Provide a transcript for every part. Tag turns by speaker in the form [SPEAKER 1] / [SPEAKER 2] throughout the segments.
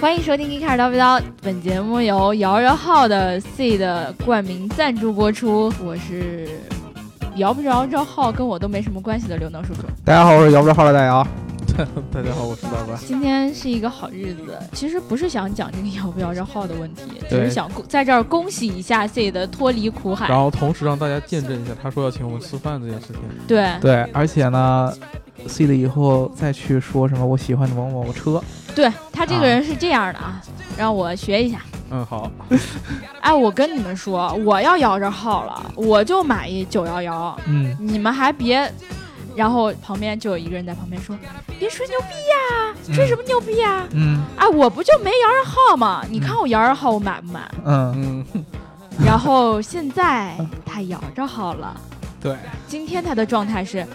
[SPEAKER 1] 欢迎收听《一开始叨逼叨》，本节目由摇摇号的 C 的冠名赞助播出。我是摇不着这号，跟我都没什么关系的刘能叔叔。
[SPEAKER 2] 大家好，我是摇不着号的大姚。
[SPEAKER 3] 大家好，我是大白。
[SPEAKER 1] 今天是一个好日子，其实不是想讲这个摇不摇这号的问题，只
[SPEAKER 3] 对
[SPEAKER 1] 是想恭在这儿恭喜一下 C 的脱离苦海
[SPEAKER 3] 然。后同时让大家见证一下，他说要请我们吃饭这件事情。
[SPEAKER 1] 对
[SPEAKER 2] 对，而且呢，C 的以后再去说什么我喜欢的某某某车，
[SPEAKER 1] 对，
[SPEAKER 3] 啊
[SPEAKER 1] 他这个人是这样的啊，让我学一下。
[SPEAKER 3] 嗯，好，
[SPEAKER 1] 哎，我跟你们说，我要摇这号了，我就买一九幺幺，
[SPEAKER 2] 嗯，
[SPEAKER 1] 你们还别。然后旁边就有一个人在旁边说：“别吹牛逼呀、吹什么牛逼呀、
[SPEAKER 2] 嗯
[SPEAKER 1] 啊，我不就没摇二号吗？你看我摇二号，我买不买？
[SPEAKER 2] 嗯，
[SPEAKER 3] 嗯，
[SPEAKER 1] 然后现在他摇着号了。
[SPEAKER 2] 对，
[SPEAKER 1] 今天他的状态是，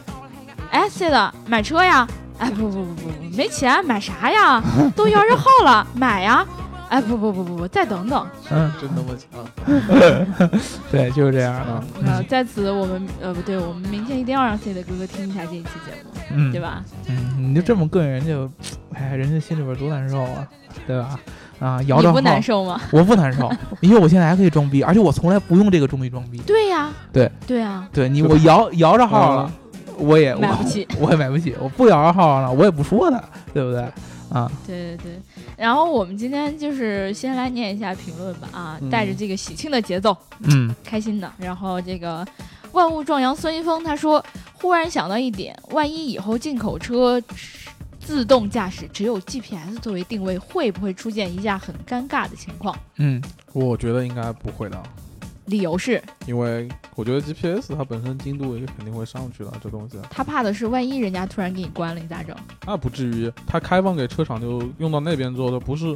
[SPEAKER 1] 哎，C 的买车呀？哎，不不不不不，没钱买啥 呀？都摇着号了，买呀？哎，不不不不不，再等等。
[SPEAKER 2] 嗯，
[SPEAKER 3] 真那么强？
[SPEAKER 2] 对，就是这样啊。
[SPEAKER 1] 呃，在此我们呃不对，我们明天一定要让 C 的哥哥听一下这一期节目，
[SPEAKER 2] 嗯，
[SPEAKER 1] 对？吧？
[SPEAKER 2] 嗯，你就这么膈应人家，哎，人家心里边多难受啊，对吧？啊，摇
[SPEAKER 1] 你
[SPEAKER 2] 着号
[SPEAKER 1] 不，难受吗？
[SPEAKER 2] 我不难 受，因为我现在还可以装逼，而且我从来不用这个东西装逼。
[SPEAKER 1] 对呀，
[SPEAKER 2] 对
[SPEAKER 1] 对啊呀，
[SPEAKER 2] 对你，
[SPEAKER 3] 是
[SPEAKER 2] 我
[SPEAKER 3] 吧
[SPEAKER 2] 摇摇着号了，我也
[SPEAKER 1] 买不起，
[SPEAKER 2] 我，我也嗯买不起，我不摇着号了，我也不说他，对不对？啊，
[SPEAKER 1] 对对对。然后我们今天就是先来念一下评论吧啊，
[SPEAKER 3] 嗯
[SPEAKER 1] 带着这个喜庆的节奏，
[SPEAKER 2] 嗯
[SPEAKER 1] 开心的。然后这个万物壮阳孙一峰他说，忽然想到一点，万一以后进口车自动驾驶只有 GPS 作为定位，会不会出现一下很尴尬的情况？
[SPEAKER 2] 嗯，
[SPEAKER 3] 我觉得应该不会的，
[SPEAKER 1] 理由是
[SPEAKER 3] 因为我觉得 GPS 它本身精度也肯定会上去的，这东西
[SPEAKER 1] 他怕的是万一人家突然给你关了，你咋整？
[SPEAKER 3] 那不至于，它开放给车厂就用到那边做的，不是。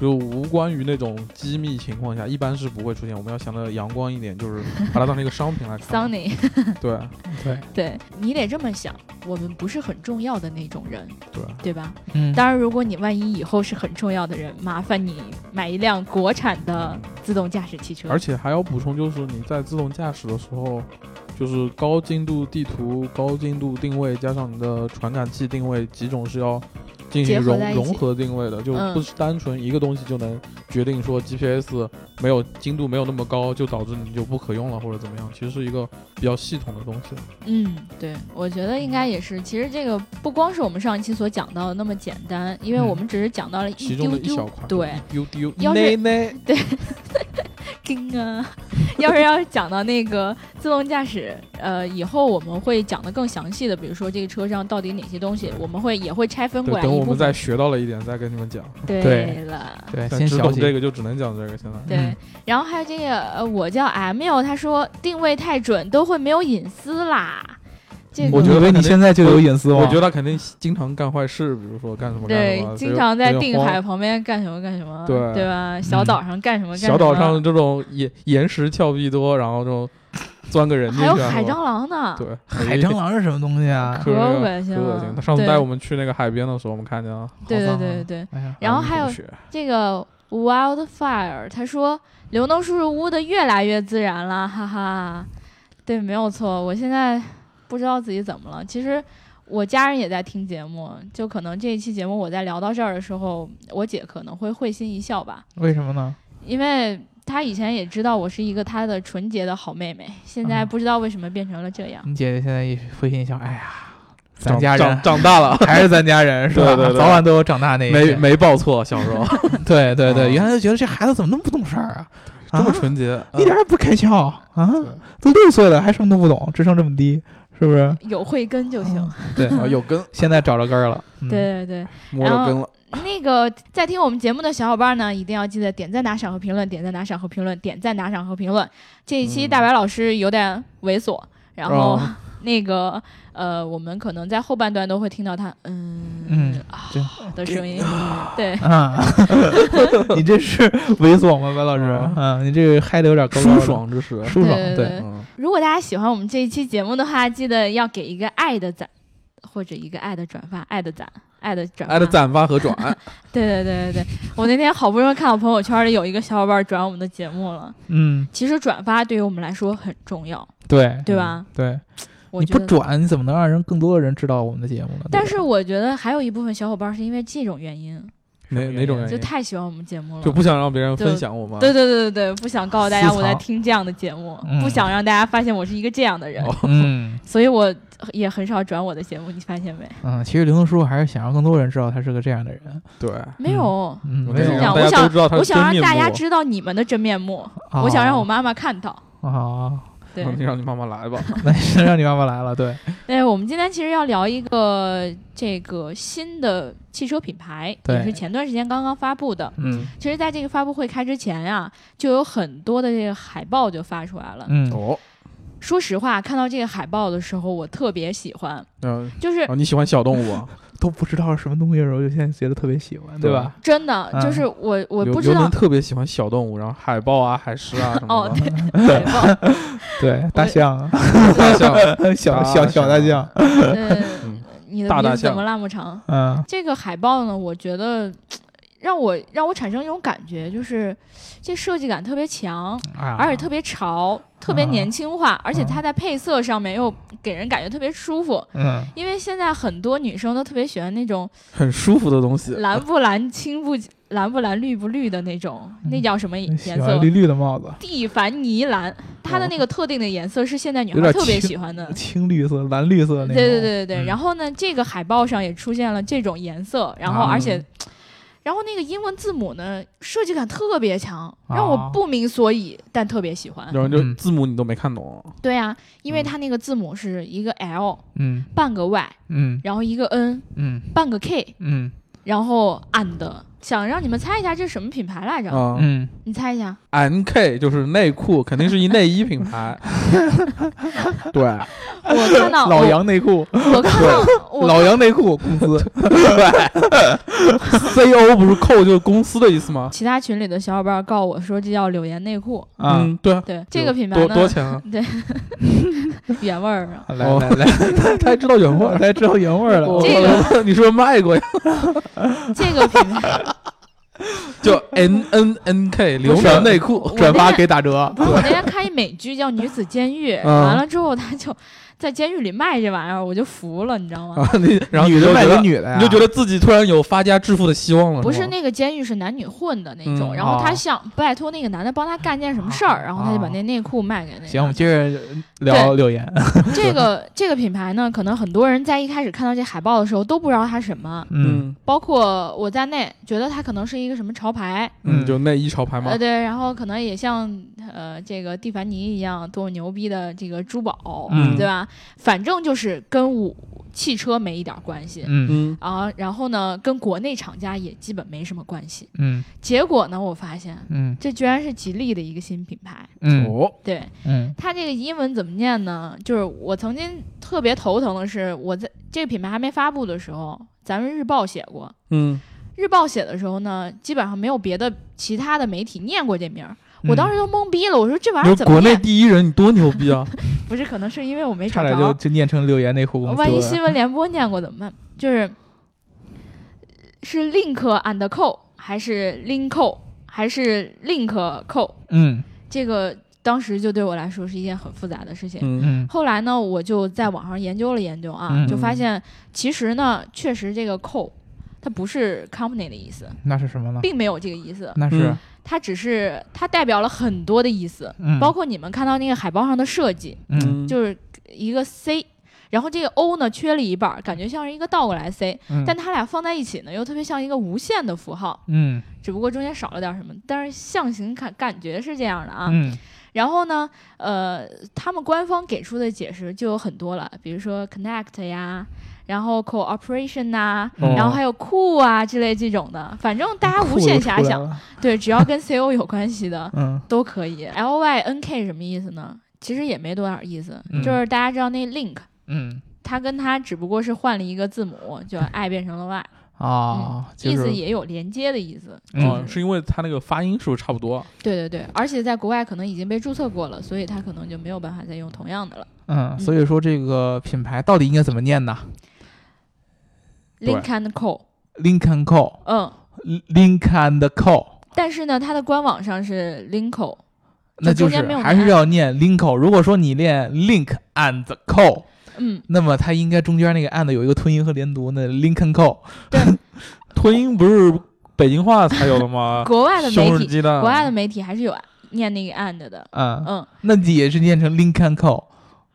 [SPEAKER 3] 就无关于那种机密情况下，一般是不会出现。我们要想的阳光一点，就是把它当成一个 商品来看。
[SPEAKER 1] Sunny，
[SPEAKER 3] 对
[SPEAKER 2] 对，
[SPEAKER 1] 对你得这么想，我们不是很重要的那种人，
[SPEAKER 3] 对，
[SPEAKER 1] 对吧？
[SPEAKER 2] 嗯，
[SPEAKER 1] 当然，如果你万一以后是很重要的人，麻烦你买一辆国产的自动驾驶汽车
[SPEAKER 3] 而。且还要补充，就是你在自动驾驶的时候，就是高精度地图、高精度定位加上你的传感器定位几种是要进行
[SPEAKER 1] 结合
[SPEAKER 3] 融
[SPEAKER 1] 在一起
[SPEAKER 3] 融合定位的，就
[SPEAKER 1] 嗯
[SPEAKER 3] 不是单纯一个东西就能决定说 GPS 没有精度没有那么高，就导致你就不可用了或者怎么样。其实是一个比较系统的东西。
[SPEAKER 1] 嗯，对，我觉得应该也是。其实这个不光是我们上一期所讲到的那么简单，因为我们只是讲到了
[SPEAKER 3] 嗯其中
[SPEAKER 1] 丢
[SPEAKER 3] 的一
[SPEAKER 1] 丢
[SPEAKER 3] 小块，，
[SPEAKER 1] 对，
[SPEAKER 3] 一丢丢，
[SPEAKER 1] 要
[SPEAKER 3] 内
[SPEAKER 1] 是
[SPEAKER 3] 内，
[SPEAKER 1] 叮啊！ 要是要讲到那个自动驾驶，呃，以后我们会讲的更详细的，比如说这个车上到底哪些东西，我们会也会拆分过
[SPEAKER 3] 对，
[SPEAKER 1] 来一
[SPEAKER 3] 等我
[SPEAKER 1] 部
[SPEAKER 3] 们
[SPEAKER 1] 分。
[SPEAKER 3] 再学到了一点再跟你们讲。
[SPEAKER 1] 对了，
[SPEAKER 2] 对，
[SPEAKER 3] 但
[SPEAKER 2] 先
[SPEAKER 3] 只
[SPEAKER 2] 小
[SPEAKER 3] 懂
[SPEAKER 2] 心
[SPEAKER 3] 这个就只能讲这个，现在。
[SPEAKER 1] 对，
[SPEAKER 2] 嗯
[SPEAKER 1] 然后还有这个，呃，我叫 M L，他说定位太准都会没有隐私啦。这个
[SPEAKER 2] 我就以为你现在就有隐私
[SPEAKER 3] 我觉
[SPEAKER 2] 得
[SPEAKER 3] 得他肯定经常干坏事，比如说干什么干什
[SPEAKER 1] 对
[SPEAKER 3] 么，，啊
[SPEAKER 1] 经常在
[SPEAKER 3] 有点
[SPEAKER 1] 定海
[SPEAKER 3] 慌。
[SPEAKER 1] 旁边干什么干什么，
[SPEAKER 3] 对嗯
[SPEAKER 1] 吧？小岛上干什么干什么，啊
[SPEAKER 3] 小岛上这种岩岩石峭壁多，然后这种钻个人进去
[SPEAKER 1] 还
[SPEAKER 3] 啊，
[SPEAKER 1] 有海
[SPEAKER 3] 是吧
[SPEAKER 1] 蟑螂呢，
[SPEAKER 3] 对
[SPEAKER 2] 海蟑螂是什么东西啊？
[SPEAKER 3] 可
[SPEAKER 1] 可恶
[SPEAKER 3] 恶
[SPEAKER 1] 心
[SPEAKER 3] 心
[SPEAKER 1] 了
[SPEAKER 3] 恶心。他上次
[SPEAKER 1] 对
[SPEAKER 3] 带我们去那个海边的时候，我们看见了。
[SPEAKER 1] 对对
[SPEAKER 2] 好脏啊
[SPEAKER 1] 对对对。
[SPEAKER 2] 哎呀，
[SPEAKER 1] 然后还有
[SPEAKER 3] 同学
[SPEAKER 1] 这个 Wildfire，他说刘能叔叔污的越来越自然了，哈哈。对，没有错，我现在不知道自己怎么了。其实我家人也在听节目，就可能这一期节目我在聊到这儿的时候，我姐可能会会心一笑吧，
[SPEAKER 2] 为什么呢？
[SPEAKER 1] 因为她以前也知道我是一个她的纯洁的好妹妹，现在
[SPEAKER 2] 嗯
[SPEAKER 1] 不知道为什么变成了这样。
[SPEAKER 2] 你姐姐现在一会心一笑，哎呀，咱
[SPEAKER 3] 长
[SPEAKER 2] 家人
[SPEAKER 3] 长长大了， 哎
[SPEAKER 2] 还是咱家人是吧？
[SPEAKER 3] 对对对
[SPEAKER 2] 早晚都有长大那一
[SPEAKER 3] 没
[SPEAKER 2] 天。
[SPEAKER 3] 没报错，小时候
[SPEAKER 2] 对对对，
[SPEAKER 3] 嗯
[SPEAKER 2] 原来就觉得这孩子怎么那么不懂事儿啊，
[SPEAKER 3] 这么
[SPEAKER 2] 啊
[SPEAKER 3] 纯洁， 嗯
[SPEAKER 2] 一点儿也不开窍啊，都六岁了还什么都不懂，智商这么低，是不是？
[SPEAKER 1] 有慧根就行。
[SPEAKER 2] 对，
[SPEAKER 3] 啊有根
[SPEAKER 2] 现在找着根儿了。嗯，
[SPEAKER 1] 对对对，
[SPEAKER 3] 摸着根了，
[SPEAKER 1] 那个在听我们节目的小伙伴呢，一定要记得点赞、打赏和评论，点赞、打赏和评论，点赞、打赏和评论。这一期
[SPEAKER 3] 嗯
[SPEAKER 1] 大白老师有点猥琐，然后、
[SPEAKER 3] 哦
[SPEAKER 1] 那个呃，我们可能在后半段都会听到他嗯
[SPEAKER 2] 嗯
[SPEAKER 1] 啊的
[SPEAKER 2] 对
[SPEAKER 1] 声 音，对。
[SPEAKER 2] 啊，你这是猥琐吗，白老师？
[SPEAKER 3] 嗯
[SPEAKER 2] 啊，你这个嗨的有点高高的，
[SPEAKER 3] 舒爽之时。
[SPEAKER 2] 舒爽，
[SPEAKER 1] 对对对
[SPEAKER 3] 嗯，
[SPEAKER 1] 如果大家喜欢我们这一期节目的话，记得要给一个爱的赞，或者一个爱的转发，爱的赞，爱的转发，
[SPEAKER 3] 爱的。赞发和 转，
[SPEAKER 1] 对对对对对，我那天好不容易看到朋友圈里有一个小伙伴转我们的节目了。
[SPEAKER 2] 嗯，
[SPEAKER 1] 其实转发对于我们来说很重要，
[SPEAKER 3] 嗯
[SPEAKER 2] 对
[SPEAKER 1] 对吧？
[SPEAKER 2] 对，
[SPEAKER 1] 我
[SPEAKER 2] 你
[SPEAKER 1] 觉
[SPEAKER 2] 不
[SPEAKER 1] 得。
[SPEAKER 2] 转，你怎么能让人更多的人知道我们的节目呢？
[SPEAKER 1] 但
[SPEAKER 2] 对吧
[SPEAKER 1] 是我觉得还有一部分小伙伴是因为这种原因，
[SPEAKER 2] 什么
[SPEAKER 3] 哪
[SPEAKER 2] 原因
[SPEAKER 3] 哪种原因
[SPEAKER 1] 就太喜欢我们节目了，
[SPEAKER 3] 哎就不想让别人分享我吗？
[SPEAKER 1] 对对对对对，不想告诉大家
[SPEAKER 3] 私藏
[SPEAKER 1] 我在听这样的节目，
[SPEAKER 2] 嗯
[SPEAKER 1] 不想让大家发现我是一个这样的人，
[SPEAKER 3] 哦
[SPEAKER 2] 嗯
[SPEAKER 1] 所以我也很少转我的节目，你发现没？
[SPEAKER 2] 嗯，其实刘能叔还是想让更多人知道他是个这样的人。
[SPEAKER 3] 对，
[SPEAKER 1] 没有，
[SPEAKER 2] 嗯，
[SPEAKER 3] 我
[SPEAKER 2] 没
[SPEAKER 3] 跟你
[SPEAKER 1] 是这
[SPEAKER 2] 有
[SPEAKER 1] 样
[SPEAKER 3] 讲，
[SPEAKER 1] 我
[SPEAKER 3] 大家
[SPEAKER 1] 想
[SPEAKER 3] 都知道他
[SPEAKER 1] 我
[SPEAKER 3] 的
[SPEAKER 1] 想
[SPEAKER 3] 真
[SPEAKER 1] 让
[SPEAKER 3] 面
[SPEAKER 1] 大家
[SPEAKER 3] 目。哦
[SPEAKER 1] 知道你们的真面目，我想让我妈妈看 到。
[SPEAKER 2] 啊，
[SPEAKER 1] 对，
[SPEAKER 3] 嗯那你让你妈妈来吧。
[SPEAKER 2] 那是让你妈妈来了， 对
[SPEAKER 1] 对，我们今天其实要聊一个这个新的汽车品牌，
[SPEAKER 2] 对
[SPEAKER 1] 也是前段时间刚刚发布的。
[SPEAKER 2] 嗯
[SPEAKER 1] 其实，在这个发布会开之前啊，就有很多的这个海报就发出来了。
[SPEAKER 2] 嗯
[SPEAKER 3] 哦，
[SPEAKER 1] 说实话，看到这个海报的时候，我特别喜欢，
[SPEAKER 3] 嗯，
[SPEAKER 1] 就是
[SPEAKER 3] 哦，你喜欢小 动物啊？
[SPEAKER 2] 都不知道是什么东西的时候，就现在觉得特别喜欢，对吧？
[SPEAKER 1] 真的，
[SPEAKER 2] 嗯
[SPEAKER 1] 就是我我
[SPEAKER 3] 刘
[SPEAKER 1] 不知
[SPEAKER 3] 刘
[SPEAKER 1] 道
[SPEAKER 3] 能特别喜欢小动物，然后海豹啊、海狮啊什么
[SPEAKER 1] 哦，
[SPEAKER 3] 的。
[SPEAKER 1] 对， 海报，
[SPEAKER 2] 对，大象啊，
[SPEAKER 3] 大象，
[SPEAKER 2] 小小小大象，啊
[SPEAKER 1] 嗯，你的
[SPEAKER 3] 大
[SPEAKER 1] 名
[SPEAKER 3] 大
[SPEAKER 1] 字怎
[SPEAKER 3] 象
[SPEAKER 1] 么那么长？
[SPEAKER 2] 嗯
[SPEAKER 1] 这个海报呢，我觉得让我让我产生一种感觉，就是这设计感特别强，
[SPEAKER 2] 啊，
[SPEAKER 1] 而且特别潮，特别年轻化，
[SPEAKER 3] 啊
[SPEAKER 1] 而且它在配色上面又给人感觉特别舒服。
[SPEAKER 2] 嗯
[SPEAKER 1] 因为现在很多女生都特别喜欢那种
[SPEAKER 3] 很舒服的东西。
[SPEAKER 1] 蓝不蓝、青不 蓝不蓝、绿不绿的那种，那叫什么颜
[SPEAKER 2] 嗯喜
[SPEAKER 1] 色
[SPEAKER 2] 欢？绿绿的帽子，
[SPEAKER 1] 蒂凡尼蓝，它的那个特定的颜色是现在女
[SPEAKER 2] 有
[SPEAKER 1] 孩
[SPEAKER 2] 点
[SPEAKER 1] 特别
[SPEAKER 2] 青
[SPEAKER 1] 喜欢的。
[SPEAKER 2] 青绿色、蓝绿色那种。
[SPEAKER 1] 对对对对对，
[SPEAKER 2] 嗯
[SPEAKER 1] 然后呢，这个海报上也出现了这种颜色，然后
[SPEAKER 2] 啊
[SPEAKER 1] 而且，然后那个英文字母呢，设计感特别强，让我
[SPEAKER 2] 啊
[SPEAKER 1] 不明所以，但特别喜欢。
[SPEAKER 3] 然后就
[SPEAKER 2] 嗯
[SPEAKER 3] 字母你都没看懂，
[SPEAKER 1] 对啊，因为它那个字母是一个 L
[SPEAKER 2] 嗯
[SPEAKER 1] 半个 Y，
[SPEAKER 2] 嗯
[SPEAKER 1] 然后一个 N
[SPEAKER 2] 嗯
[SPEAKER 1] 半个 K，
[SPEAKER 2] 嗯
[SPEAKER 1] 然后 and，想让你们猜一下这是什么品牌来着？
[SPEAKER 3] 啊
[SPEAKER 2] 嗯，
[SPEAKER 1] 你猜一下，
[SPEAKER 3] ，N K 就是内裤，肯定是一内衣 品牌。对，
[SPEAKER 1] 我看到
[SPEAKER 2] 嗯老，杨内裤，
[SPEAKER 1] 我我看到我
[SPEAKER 2] 老杨内裤公司，
[SPEAKER 3] C E O 不是扣就是公司的意思吗？
[SPEAKER 1] 其他群里的小伙伴告我说这叫柳岩内裤，
[SPEAKER 2] 啊，
[SPEAKER 3] 嗯，对啊，
[SPEAKER 1] 对这个品牌
[SPEAKER 3] 多
[SPEAKER 1] 呢
[SPEAKER 3] 多钱啊？
[SPEAKER 1] 原味儿啊。
[SPEAKER 2] 来来来，
[SPEAKER 3] 他还知道原味
[SPEAKER 2] 我
[SPEAKER 3] 儿。
[SPEAKER 2] 才知道原味儿了。
[SPEAKER 1] 这
[SPEAKER 3] 个你是不是卖过呀？
[SPEAKER 1] 这个品牌，
[SPEAKER 3] 就 N N N K
[SPEAKER 2] 不
[SPEAKER 3] 流
[SPEAKER 2] 是
[SPEAKER 3] 氓内裤，
[SPEAKER 1] 我
[SPEAKER 2] 转
[SPEAKER 1] 那嗯
[SPEAKER 2] 发
[SPEAKER 1] 天
[SPEAKER 2] 给打折，
[SPEAKER 1] 我那天看一美剧叫《女子监狱》，
[SPEAKER 3] 嗯
[SPEAKER 1] 完了之后他就在监狱里卖这玩意儿，我就服了，你知道吗？
[SPEAKER 3] 然后 你然后
[SPEAKER 2] 女
[SPEAKER 3] 你
[SPEAKER 2] 的
[SPEAKER 3] 就
[SPEAKER 2] 卖
[SPEAKER 3] 觉
[SPEAKER 2] 给
[SPEAKER 3] 得
[SPEAKER 2] 女的呀，
[SPEAKER 3] 你就觉得自己突然有发家致富的希望了，
[SPEAKER 1] 不
[SPEAKER 3] 是
[SPEAKER 1] 是
[SPEAKER 3] 吗
[SPEAKER 1] 那个监狱是男女混的那种，
[SPEAKER 3] 嗯
[SPEAKER 1] 然后他
[SPEAKER 2] 哦
[SPEAKER 1] 想拜托那个男的帮他干件什么事儿，然后他就把
[SPEAKER 2] 哦
[SPEAKER 1] 那内裤卖给那个。
[SPEAKER 2] 行，我们接着聊柳岩。
[SPEAKER 1] 这个这个品牌呢，可能很多人在一开始看到这海报的时候都不知道它什么，
[SPEAKER 2] 嗯，
[SPEAKER 1] 包括我在内，觉得它可能是一个什么潮牌，
[SPEAKER 3] 嗯，就内衣潮牌嘛
[SPEAKER 1] 呃，，对，然后可能也像呃这个蒂凡尼一样多么牛逼的这个珠宝，
[SPEAKER 2] 嗯
[SPEAKER 1] 对吧？反正就是跟我汽车没一点关系。
[SPEAKER 2] 嗯
[SPEAKER 3] 嗯，
[SPEAKER 1] 啊，然后呢，跟国内厂家也基本没什么关系。
[SPEAKER 2] 嗯
[SPEAKER 1] 结果呢，我发现
[SPEAKER 2] 嗯
[SPEAKER 1] 这居然是吉利的一个新品牌。
[SPEAKER 2] 嗯
[SPEAKER 3] 哦，
[SPEAKER 1] 对
[SPEAKER 2] 嗯
[SPEAKER 1] 它这个英文怎么念呢？就是我曾经特别头疼的是，我在这个品牌还没发布的时候，咱们日报写过，
[SPEAKER 3] 嗯，
[SPEAKER 1] 日报写的时候呢，基本上没有别的其他的媒体念过这名儿。我
[SPEAKER 2] 嗯
[SPEAKER 1] 当时都懵逼了，我说这玩意
[SPEAKER 3] 你
[SPEAKER 1] 儿
[SPEAKER 3] 是
[SPEAKER 1] 怎么
[SPEAKER 3] 国内
[SPEAKER 1] 念？
[SPEAKER 3] 第一人，你多牛逼 啊！
[SPEAKER 1] 不是，可能是因为我没
[SPEAKER 2] 差
[SPEAKER 1] 找
[SPEAKER 2] 点就
[SPEAKER 1] 着，
[SPEAKER 2] 就念成柳岩内裤公司了。
[SPEAKER 1] 万一新闻联播念过怎么办？就是是 Link and Co 还是 Linko 还是 Link Co？
[SPEAKER 2] 嗯
[SPEAKER 1] 这个当时就对我来说是一件很复杂的事情。
[SPEAKER 3] 嗯
[SPEAKER 2] 嗯
[SPEAKER 1] 后来呢，我就在网上研究了研究啊，
[SPEAKER 2] 嗯
[SPEAKER 1] 就发现其实呢，确实这个 “co” 它不是 company 的意思，
[SPEAKER 2] 那是什么呢？
[SPEAKER 1] 并没有这个意思，
[SPEAKER 2] 那是
[SPEAKER 1] 它只是它代表了很多的意思，
[SPEAKER 2] 嗯，
[SPEAKER 1] 包括你们看到那个海报上的设计，
[SPEAKER 2] 嗯
[SPEAKER 1] 就是一个 C，然后这个 O 呢缺了一半儿，感觉像是一个倒过来 C，
[SPEAKER 2] 嗯
[SPEAKER 1] 但它俩放在一起呢，又特别像一个无限的符号，
[SPEAKER 2] 嗯
[SPEAKER 1] 只不过中间少了点什么，但是象形感感觉是这样的啊。
[SPEAKER 2] 嗯
[SPEAKER 1] 然后呢，呃，他们官方给出的解释就有很多了，比如说 connect 呀，然后 cooperation 呐、
[SPEAKER 2] 哦
[SPEAKER 1] 然后还有 cool 啊之类这种的，反正大家无
[SPEAKER 2] 啊
[SPEAKER 1] 限 遐想，，对，只要跟 CO 有关系的
[SPEAKER 2] 嗯
[SPEAKER 1] 都可以。L Y N K 什么意思呢？其实也没多少意思，
[SPEAKER 2] 嗯
[SPEAKER 1] 就是大家知道那 link，
[SPEAKER 2] 嗯
[SPEAKER 1] 它跟它只不过是换了一个字母，就 i 变成了 y，、
[SPEAKER 2] 啊，
[SPEAKER 1] 嗯意思也有连接的意思。
[SPEAKER 3] 哦
[SPEAKER 2] 嗯，
[SPEAKER 3] 是因为他那个发音是不是差不多？
[SPEAKER 1] 对对对，而且在国外可能已经被注册过了，所以它可能就没有办法再用同样的了。
[SPEAKER 2] 嗯，所以说这个品牌到底应该怎么念呢
[SPEAKER 1] Link and Co，
[SPEAKER 2] ？Lincoln Co.
[SPEAKER 1] 嗯，
[SPEAKER 2] Lincoln Co.
[SPEAKER 1] 但是呢，它的官网上是 Linko，
[SPEAKER 2] 那就
[SPEAKER 1] 中间
[SPEAKER 2] 是
[SPEAKER 1] 没有
[SPEAKER 2] 还是
[SPEAKER 1] 连
[SPEAKER 2] 要念 Lincoln。如果说你念 Link and Co，
[SPEAKER 1] 嗯，？
[SPEAKER 2] 那么它应该中间那个 and 有一个吞音和连读，那 Lincoln Co.
[SPEAKER 3] 吞音不是北京话才有的
[SPEAKER 2] 啊
[SPEAKER 3] 吗
[SPEAKER 1] 国外的
[SPEAKER 3] 西红
[SPEAKER 1] 媒
[SPEAKER 3] 柿
[SPEAKER 1] 体，
[SPEAKER 3] 鸡蛋，
[SPEAKER 1] 国外的媒体还是有啊念那个 and 的，
[SPEAKER 2] 啊，
[SPEAKER 1] 嗯，
[SPEAKER 2] 那你也是念成 Lincoln Co，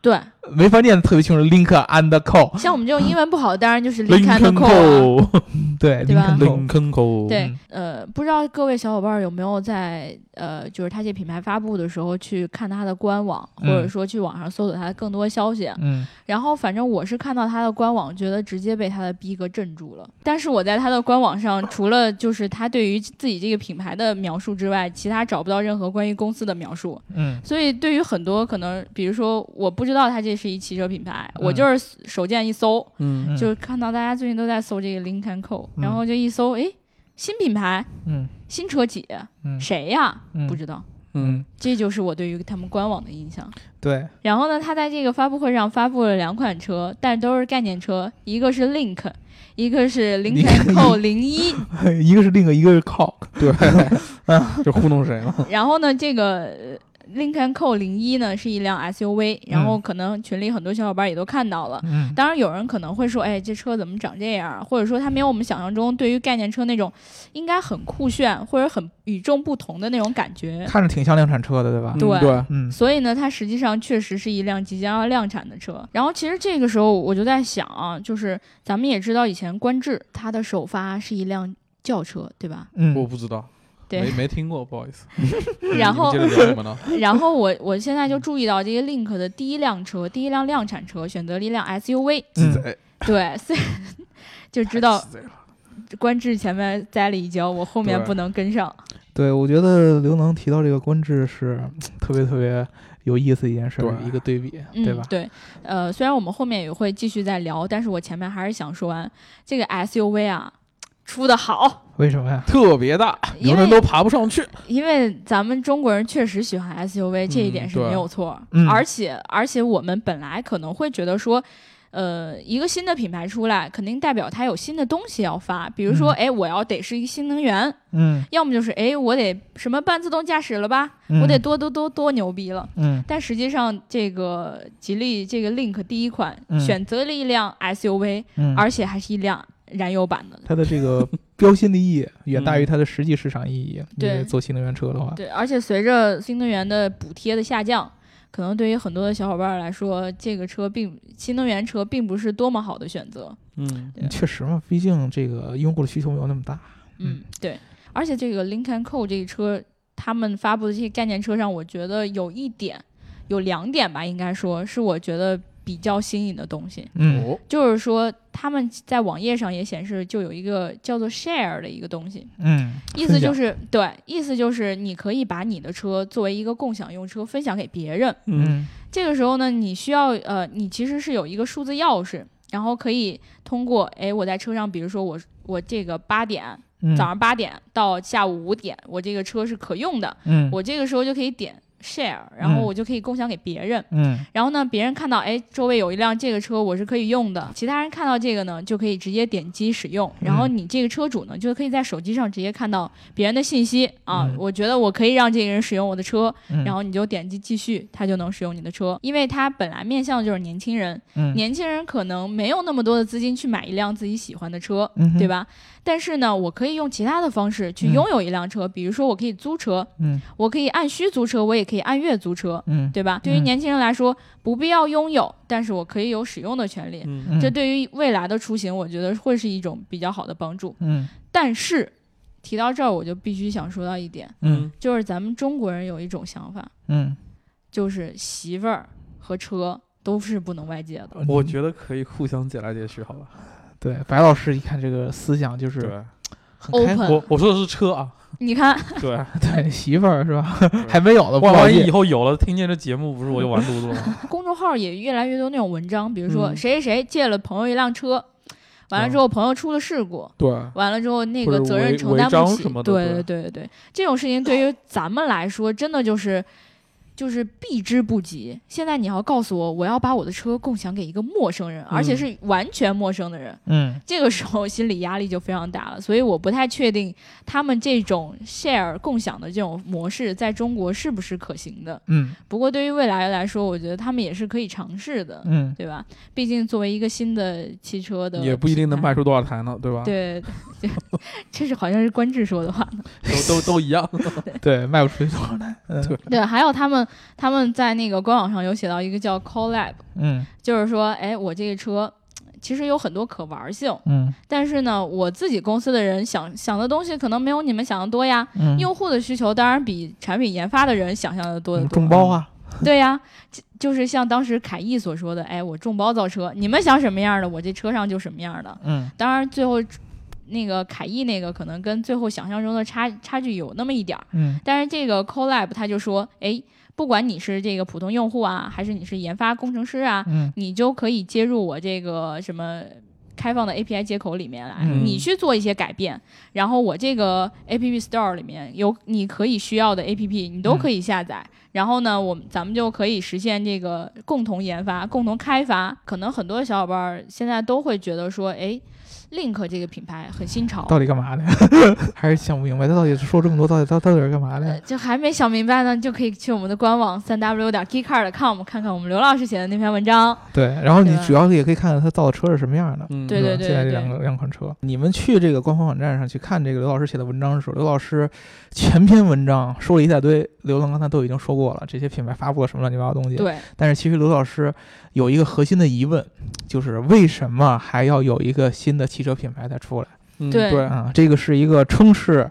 [SPEAKER 1] 对，
[SPEAKER 2] 没法念的特别清楚，Lincoln and Co，
[SPEAKER 1] 像我们这种英文不好，当然就是
[SPEAKER 3] 林
[SPEAKER 1] Lincoln
[SPEAKER 3] n
[SPEAKER 1] Co 啊
[SPEAKER 3] 口，
[SPEAKER 2] 对
[SPEAKER 1] 对吧
[SPEAKER 2] Lincoln Co，
[SPEAKER 3] 林肯口，
[SPEAKER 1] 对，
[SPEAKER 2] 嗯
[SPEAKER 1] 呃，不知道各位小伙伴有没有在呃，就是它这品牌发布的时候去看它的官网，或者
[SPEAKER 2] 嗯
[SPEAKER 1] 说去网上搜索它的更多消息。
[SPEAKER 2] 嗯，
[SPEAKER 1] 然后反正我是看到它的官网，觉得直接被它的逼格镇住了。但是我在它的官网上，除了就是它对于自己这个品牌的描述之外，其他找不到任何关于公司的描述。
[SPEAKER 2] 嗯
[SPEAKER 1] 所以对于很多可能，比如说我不知道它这是一汽车品牌，
[SPEAKER 2] 嗯
[SPEAKER 1] 我就是手贱一搜，
[SPEAKER 3] 嗯，
[SPEAKER 2] 嗯
[SPEAKER 1] 就是看到大家最近都在搜这个林肯扣，
[SPEAKER 2] 嗯
[SPEAKER 1] 然后就一搜，诶，新品牌、
[SPEAKER 2] 嗯
[SPEAKER 1] 新车企，
[SPEAKER 2] 嗯
[SPEAKER 1] 谁呀？
[SPEAKER 2] 嗯
[SPEAKER 1] 不知道。
[SPEAKER 3] 嗯，
[SPEAKER 1] 这就是我对于他们官网的印象。
[SPEAKER 2] 对，
[SPEAKER 1] 然后呢，他在这个发布会上发布了两款车，但都是概念车，一个是 Link，一个是林肯扣零一。
[SPEAKER 2] 一个是 Link，一个是啊 Co，
[SPEAKER 3] 对，这糊弄谁了？
[SPEAKER 1] 然后呢，这个呃林肯扣零一呢是一辆 SUV，然后可能群里很多小伙伴也都看到了。
[SPEAKER 2] 嗯
[SPEAKER 1] 当然，有人可能会说，哎，这车怎么长这样？啊或者说，它没有我们想象中对于概念车那种应该很酷炫或者很与众不同的那种感觉。
[SPEAKER 2] 看着挺像量产车的，对吧？
[SPEAKER 1] 对
[SPEAKER 3] 嗯对，
[SPEAKER 2] 嗯
[SPEAKER 1] 所以呢，它实际上确实是一辆即将要量产的车。然后，其实这个时候我就在想啊，就是咱们也知道，以前观致它的首发是一辆轿车，对吧？
[SPEAKER 3] 我
[SPEAKER 2] 嗯
[SPEAKER 3] 不知道，没
[SPEAKER 1] 对。
[SPEAKER 3] 没听过，不好意 思。
[SPEAKER 1] 然后
[SPEAKER 3] 你，们接着聊你们 呢？
[SPEAKER 1] 然后我我现在就注意到这个 Link 的第一辆车，第一辆量产车选择了一辆 SUV，
[SPEAKER 2] 嗯
[SPEAKER 3] 鸡贼，
[SPEAKER 1] 对，所以就知道
[SPEAKER 3] 鸡贼了
[SPEAKER 1] 官至前面栽了一跤，我后面
[SPEAKER 3] 对
[SPEAKER 1] 不能跟上。
[SPEAKER 2] 对，我觉得刘能提到这个官制是嗯特别特别有意思的一件事儿，
[SPEAKER 3] 对
[SPEAKER 2] 一个对比，
[SPEAKER 1] 嗯，
[SPEAKER 2] 对吧？
[SPEAKER 1] 呃，虽然我们后面也会继续再聊，但是我前面还是想说完这个 SUV 啊，出的好，
[SPEAKER 2] 为什么呀？
[SPEAKER 3] 特别大，
[SPEAKER 1] 因
[SPEAKER 3] 啊有人
[SPEAKER 1] 为
[SPEAKER 3] 都爬不上去。
[SPEAKER 1] 因为咱们中国人确实喜欢 SUV，这一点是
[SPEAKER 3] 对
[SPEAKER 1] 没有错。
[SPEAKER 2] 嗯
[SPEAKER 1] 而且而且我们本来可能会觉得说。呃，一个新的品牌出来，肯定代表它有新的东西要发，比如说，
[SPEAKER 2] 嗯
[SPEAKER 1] 哎、我要得是一个新能源，
[SPEAKER 2] 嗯，
[SPEAKER 1] 要么就是，哎，我得什么半自动驾驶了吧，
[SPEAKER 2] 嗯
[SPEAKER 1] 我得多多多多牛逼了。
[SPEAKER 2] 嗯
[SPEAKER 1] 但实际上，这个吉利这个 Link 第一款、
[SPEAKER 2] 嗯
[SPEAKER 1] 选择了一辆 SUV，、
[SPEAKER 2] 嗯，
[SPEAKER 1] 而且还是一辆燃油版的。
[SPEAKER 2] 它的这个标新立异远大于它的实际市场意义。
[SPEAKER 1] 嗯对
[SPEAKER 2] 你做新能源车的话，
[SPEAKER 1] 对，而且随着新能源的补贴的下降，可能对于很多的小伙伴来说，这个车并新能源车并不是多么好的选择。
[SPEAKER 3] 嗯，
[SPEAKER 1] 对
[SPEAKER 2] 确实嘛，毕竟这个用户的需求没有那么大。
[SPEAKER 1] 嗯
[SPEAKER 2] 嗯，
[SPEAKER 1] 对。而且这个 Lincoln Co 这个车，他们发布的这些概念车上，我觉得有一点，有两点吧，应该说是我觉得比较新颖的东西。
[SPEAKER 2] 嗯
[SPEAKER 3] 哦，
[SPEAKER 1] 就是说他们在网页上也显示，就有一个叫做 share 的一个东西，
[SPEAKER 2] 嗯，
[SPEAKER 1] 意思就是是对，意思就是你可以把你的车作为一个共享用车分享给别人。
[SPEAKER 3] 嗯，
[SPEAKER 2] 嗯
[SPEAKER 1] 这个时候呢，你需要呃，你其实是有一个数字钥匙，然后可以通过诶，我在车上，比如说我我这个八点
[SPEAKER 2] 嗯
[SPEAKER 1] 早上八点到下午五点，我这个车是可用的，
[SPEAKER 2] 嗯
[SPEAKER 1] 我这个时候就可以点 share，然后
[SPEAKER 2] 嗯
[SPEAKER 1] 我就可以共享给别人。
[SPEAKER 2] 嗯
[SPEAKER 1] 然后呢，别人看到哎，周围有一辆这个车，我是可以用的。其他人看到这个呢，就可以直接点击使用。然后
[SPEAKER 2] 嗯
[SPEAKER 1] 你这个车主呢，就可以在手机上直接看到别人的信息啊。
[SPEAKER 2] 嗯
[SPEAKER 1] 我觉得我可以让这个人使用我的车，
[SPEAKER 2] 嗯，
[SPEAKER 1] 然后你就点击继续，他就能使用你的车。因为他本来面向就是年轻人，
[SPEAKER 2] 嗯
[SPEAKER 1] 年轻人可能没有那么多的资金去买一辆自己喜欢的车，
[SPEAKER 2] 嗯哼
[SPEAKER 1] 对？吧？但是呢，我可以用其他的方式去
[SPEAKER 2] 嗯
[SPEAKER 1] 拥有一辆车，比如说我可以租车，
[SPEAKER 2] 嗯
[SPEAKER 1] 我可以按需租车，我也可以按月租车。
[SPEAKER 2] 嗯
[SPEAKER 1] 对吧？对于
[SPEAKER 2] 嗯
[SPEAKER 1] 年轻人来说，不必要拥有，但是我可以有使用的权利。
[SPEAKER 3] 嗯
[SPEAKER 2] 嗯
[SPEAKER 1] 这对于未来的出行，我觉得会是一种比较好的帮助。
[SPEAKER 2] 嗯
[SPEAKER 1] 但是提到这儿，我就必须想说到一点，
[SPEAKER 2] 嗯
[SPEAKER 1] 就是咱们中国人有一种想法，
[SPEAKER 2] 嗯，
[SPEAKER 1] 就是媳妇儿和车都是不能外借的。
[SPEAKER 3] 我觉得可以互相解来解去，好吧？
[SPEAKER 2] 对白老师一看这个思想就是
[SPEAKER 3] 对，
[SPEAKER 2] 很开
[SPEAKER 1] Open
[SPEAKER 2] 阔，
[SPEAKER 3] 我我说的是车啊，
[SPEAKER 1] 你看，
[SPEAKER 3] 对，
[SPEAKER 2] 对媳妇儿是吧？ 还没有呢，不
[SPEAKER 3] 万
[SPEAKER 2] 好
[SPEAKER 3] 万
[SPEAKER 2] 意
[SPEAKER 3] 一以
[SPEAKER 2] 思。
[SPEAKER 3] 后有了，听见这节目，不是我就完犊子了吗？
[SPEAKER 1] 公众号也越来越多那种文章，比如说
[SPEAKER 3] 嗯
[SPEAKER 1] 谁谁谁借了朋友一辆车，完了之后朋友出了事故，
[SPEAKER 3] 对，啊
[SPEAKER 1] 完了之后，那
[SPEAKER 3] 或
[SPEAKER 1] 个
[SPEAKER 3] 者
[SPEAKER 1] 责任
[SPEAKER 3] 违
[SPEAKER 1] 承担
[SPEAKER 3] 违章
[SPEAKER 1] 不起。
[SPEAKER 3] 什么的
[SPEAKER 1] 对
[SPEAKER 3] 对
[SPEAKER 1] 对对对，这种事情对于咱们来说，真的就是就是避之不及。现在你要告诉我，我要把我的车共享给一个陌生人，而且
[SPEAKER 3] 嗯
[SPEAKER 1] 是完全陌生的人，
[SPEAKER 2] 嗯
[SPEAKER 1] 这个时候心理压力就非常大了，所以我不太确定他们这种 share 共享的这种模式在中国是不是可行的。
[SPEAKER 2] 嗯
[SPEAKER 1] 不过对于未来来说，我觉得他们也是可以尝试的，
[SPEAKER 2] 嗯，
[SPEAKER 1] 对吧？毕竟作为一个新的汽车的，
[SPEAKER 3] 也不一定能卖。出多少台呢，对吧？
[SPEAKER 1] 对，对 这是好像是官至说的话。
[SPEAKER 3] 都都都一样。
[SPEAKER 2] 对，卖不出去多少台，嗯
[SPEAKER 3] 对
[SPEAKER 1] 对，还有他们他们在那个官网上有写到一个叫 collab，
[SPEAKER 2] 嗯
[SPEAKER 1] 就是说，哎，我这个车其实有很多可玩性，
[SPEAKER 2] 嗯
[SPEAKER 1] 但是呢，我自己公司的人想想的东西可能没有你们想的多呀。
[SPEAKER 2] 嗯，
[SPEAKER 1] 用户的需求当然比产品研发的人想象的多得多。
[SPEAKER 2] 众包啊，
[SPEAKER 1] 对呀、就就是像当时凯翼所说的，哎，我众包造车，你们想什么样的，我这车上就什么样的。
[SPEAKER 2] 嗯
[SPEAKER 1] 当然，最后那个凯翼那个可能跟最后想象中的差差距有那么一点儿，
[SPEAKER 2] 嗯
[SPEAKER 1] 但是这个 Colab 他就说，哎，不管你是这个普通用户啊，还是你是研发工程师啊，
[SPEAKER 2] 嗯
[SPEAKER 1] 你就可以接入我这个什么开放的 API 接口里面来，
[SPEAKER 2] 嗯
[SPEAKER 1] 你去做一些改变，然后我这个 APP Store 里面有你可以需要的 APP，你都可以下载。然后呢，我们咱们就可以实现这个共同研发、共同开发。可能很多小伙伴儿现在都会觉得说，哎，Link 这个品牌很新潮。
[SPEAKER 2] 到底干 嘛的？还是想不明白，他到底说这么多，到底到到底是干嘛的
[SPEAKER 1] 呃？就还没想明白呢，就可以去我们的官网三 w 点 geekcar com 看看我们刘老师写的那篇文章。
[SPEAKER 2] 对，然后你
[SPEAKER 1] 对吧
[SPEAKER 2] 主要也可以看看他造的车是什么样的。
[SPEAKER 3] 嗯，
[SPEAKER 1] 对
[SPEAKER 2] 是吧
[SPEAKER 1] 对
[SPEAKER 2] 现在这
[SPEAKER 1] 对
[SPEAKER 2] 两个两款车，你们去这个官方网站上去看这个刘老师写的文章的时候，刘老师全篇文章说了一大堆，刘能刚才都已经说过了，这些品牌发布了什么乱七八糟东西。
[SPEAKER 1] 对，
[SPEAKER 2] 但是其实刘老师有一个核心的疑问，就是为什么还要有一个新的汽车品牌再出来
[SPEAKER 3] 嗯
[SPEAKER 1] 对
[SPEAKER 3] 对，
[SPEAKER 2] 啊？这个是一个充斥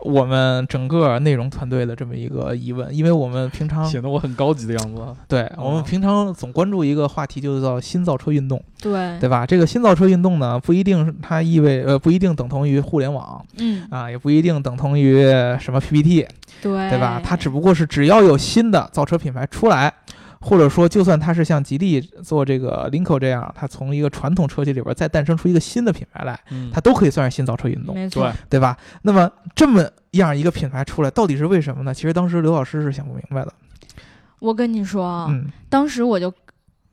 [SPEAKER 2] 我们整个内容团队的这么一个疑问，因为我们平常
[SPEAKER 3] 显得我很高级的样子啊。
[SPEAKER 2] 对我们
[SPEAKER 3] 嗯
[SPEAKER 2] 平常总关注一个话题，就叫新造车运动，
[SPEAKER 3] 嗯
[SPEAKER 1] 对，
[SPEAKER 2] 对吧？这个新造车运动呢，不一定是它意味呃不一定等同于互联网
[SPEAKER 1] 嗯，
[SPEAKER 2] 啊，也不一定等同于什么 PPT，
[SPEAKER 1] 嗯对，
[SPEAKER 2] 对
[SPEAKER 3] 哎
[SPEAKER 2] 吧？它只不过是只要有新的造车品牌出来，或者说就算它是像吉利做这个 Lincoln 这样，它从一个传统车企里边再诞生出一个新的品牌来，
[SPEAKER 3] 嗯
[SPEAKER 2] 它都可以算是新造车运动，
[SPEAKER 1] 没错
[SPEAKER 3] 对，，
[SPEAKER 2] 对吧？那么这么样一个品牌出来，到底是为什么呢？其实当时刘老师是想不明白的。
[SPEAKER 1] 我跟你说啊，
[SPEAKER 2] 嗯
[SPEAKER 1] 当时我就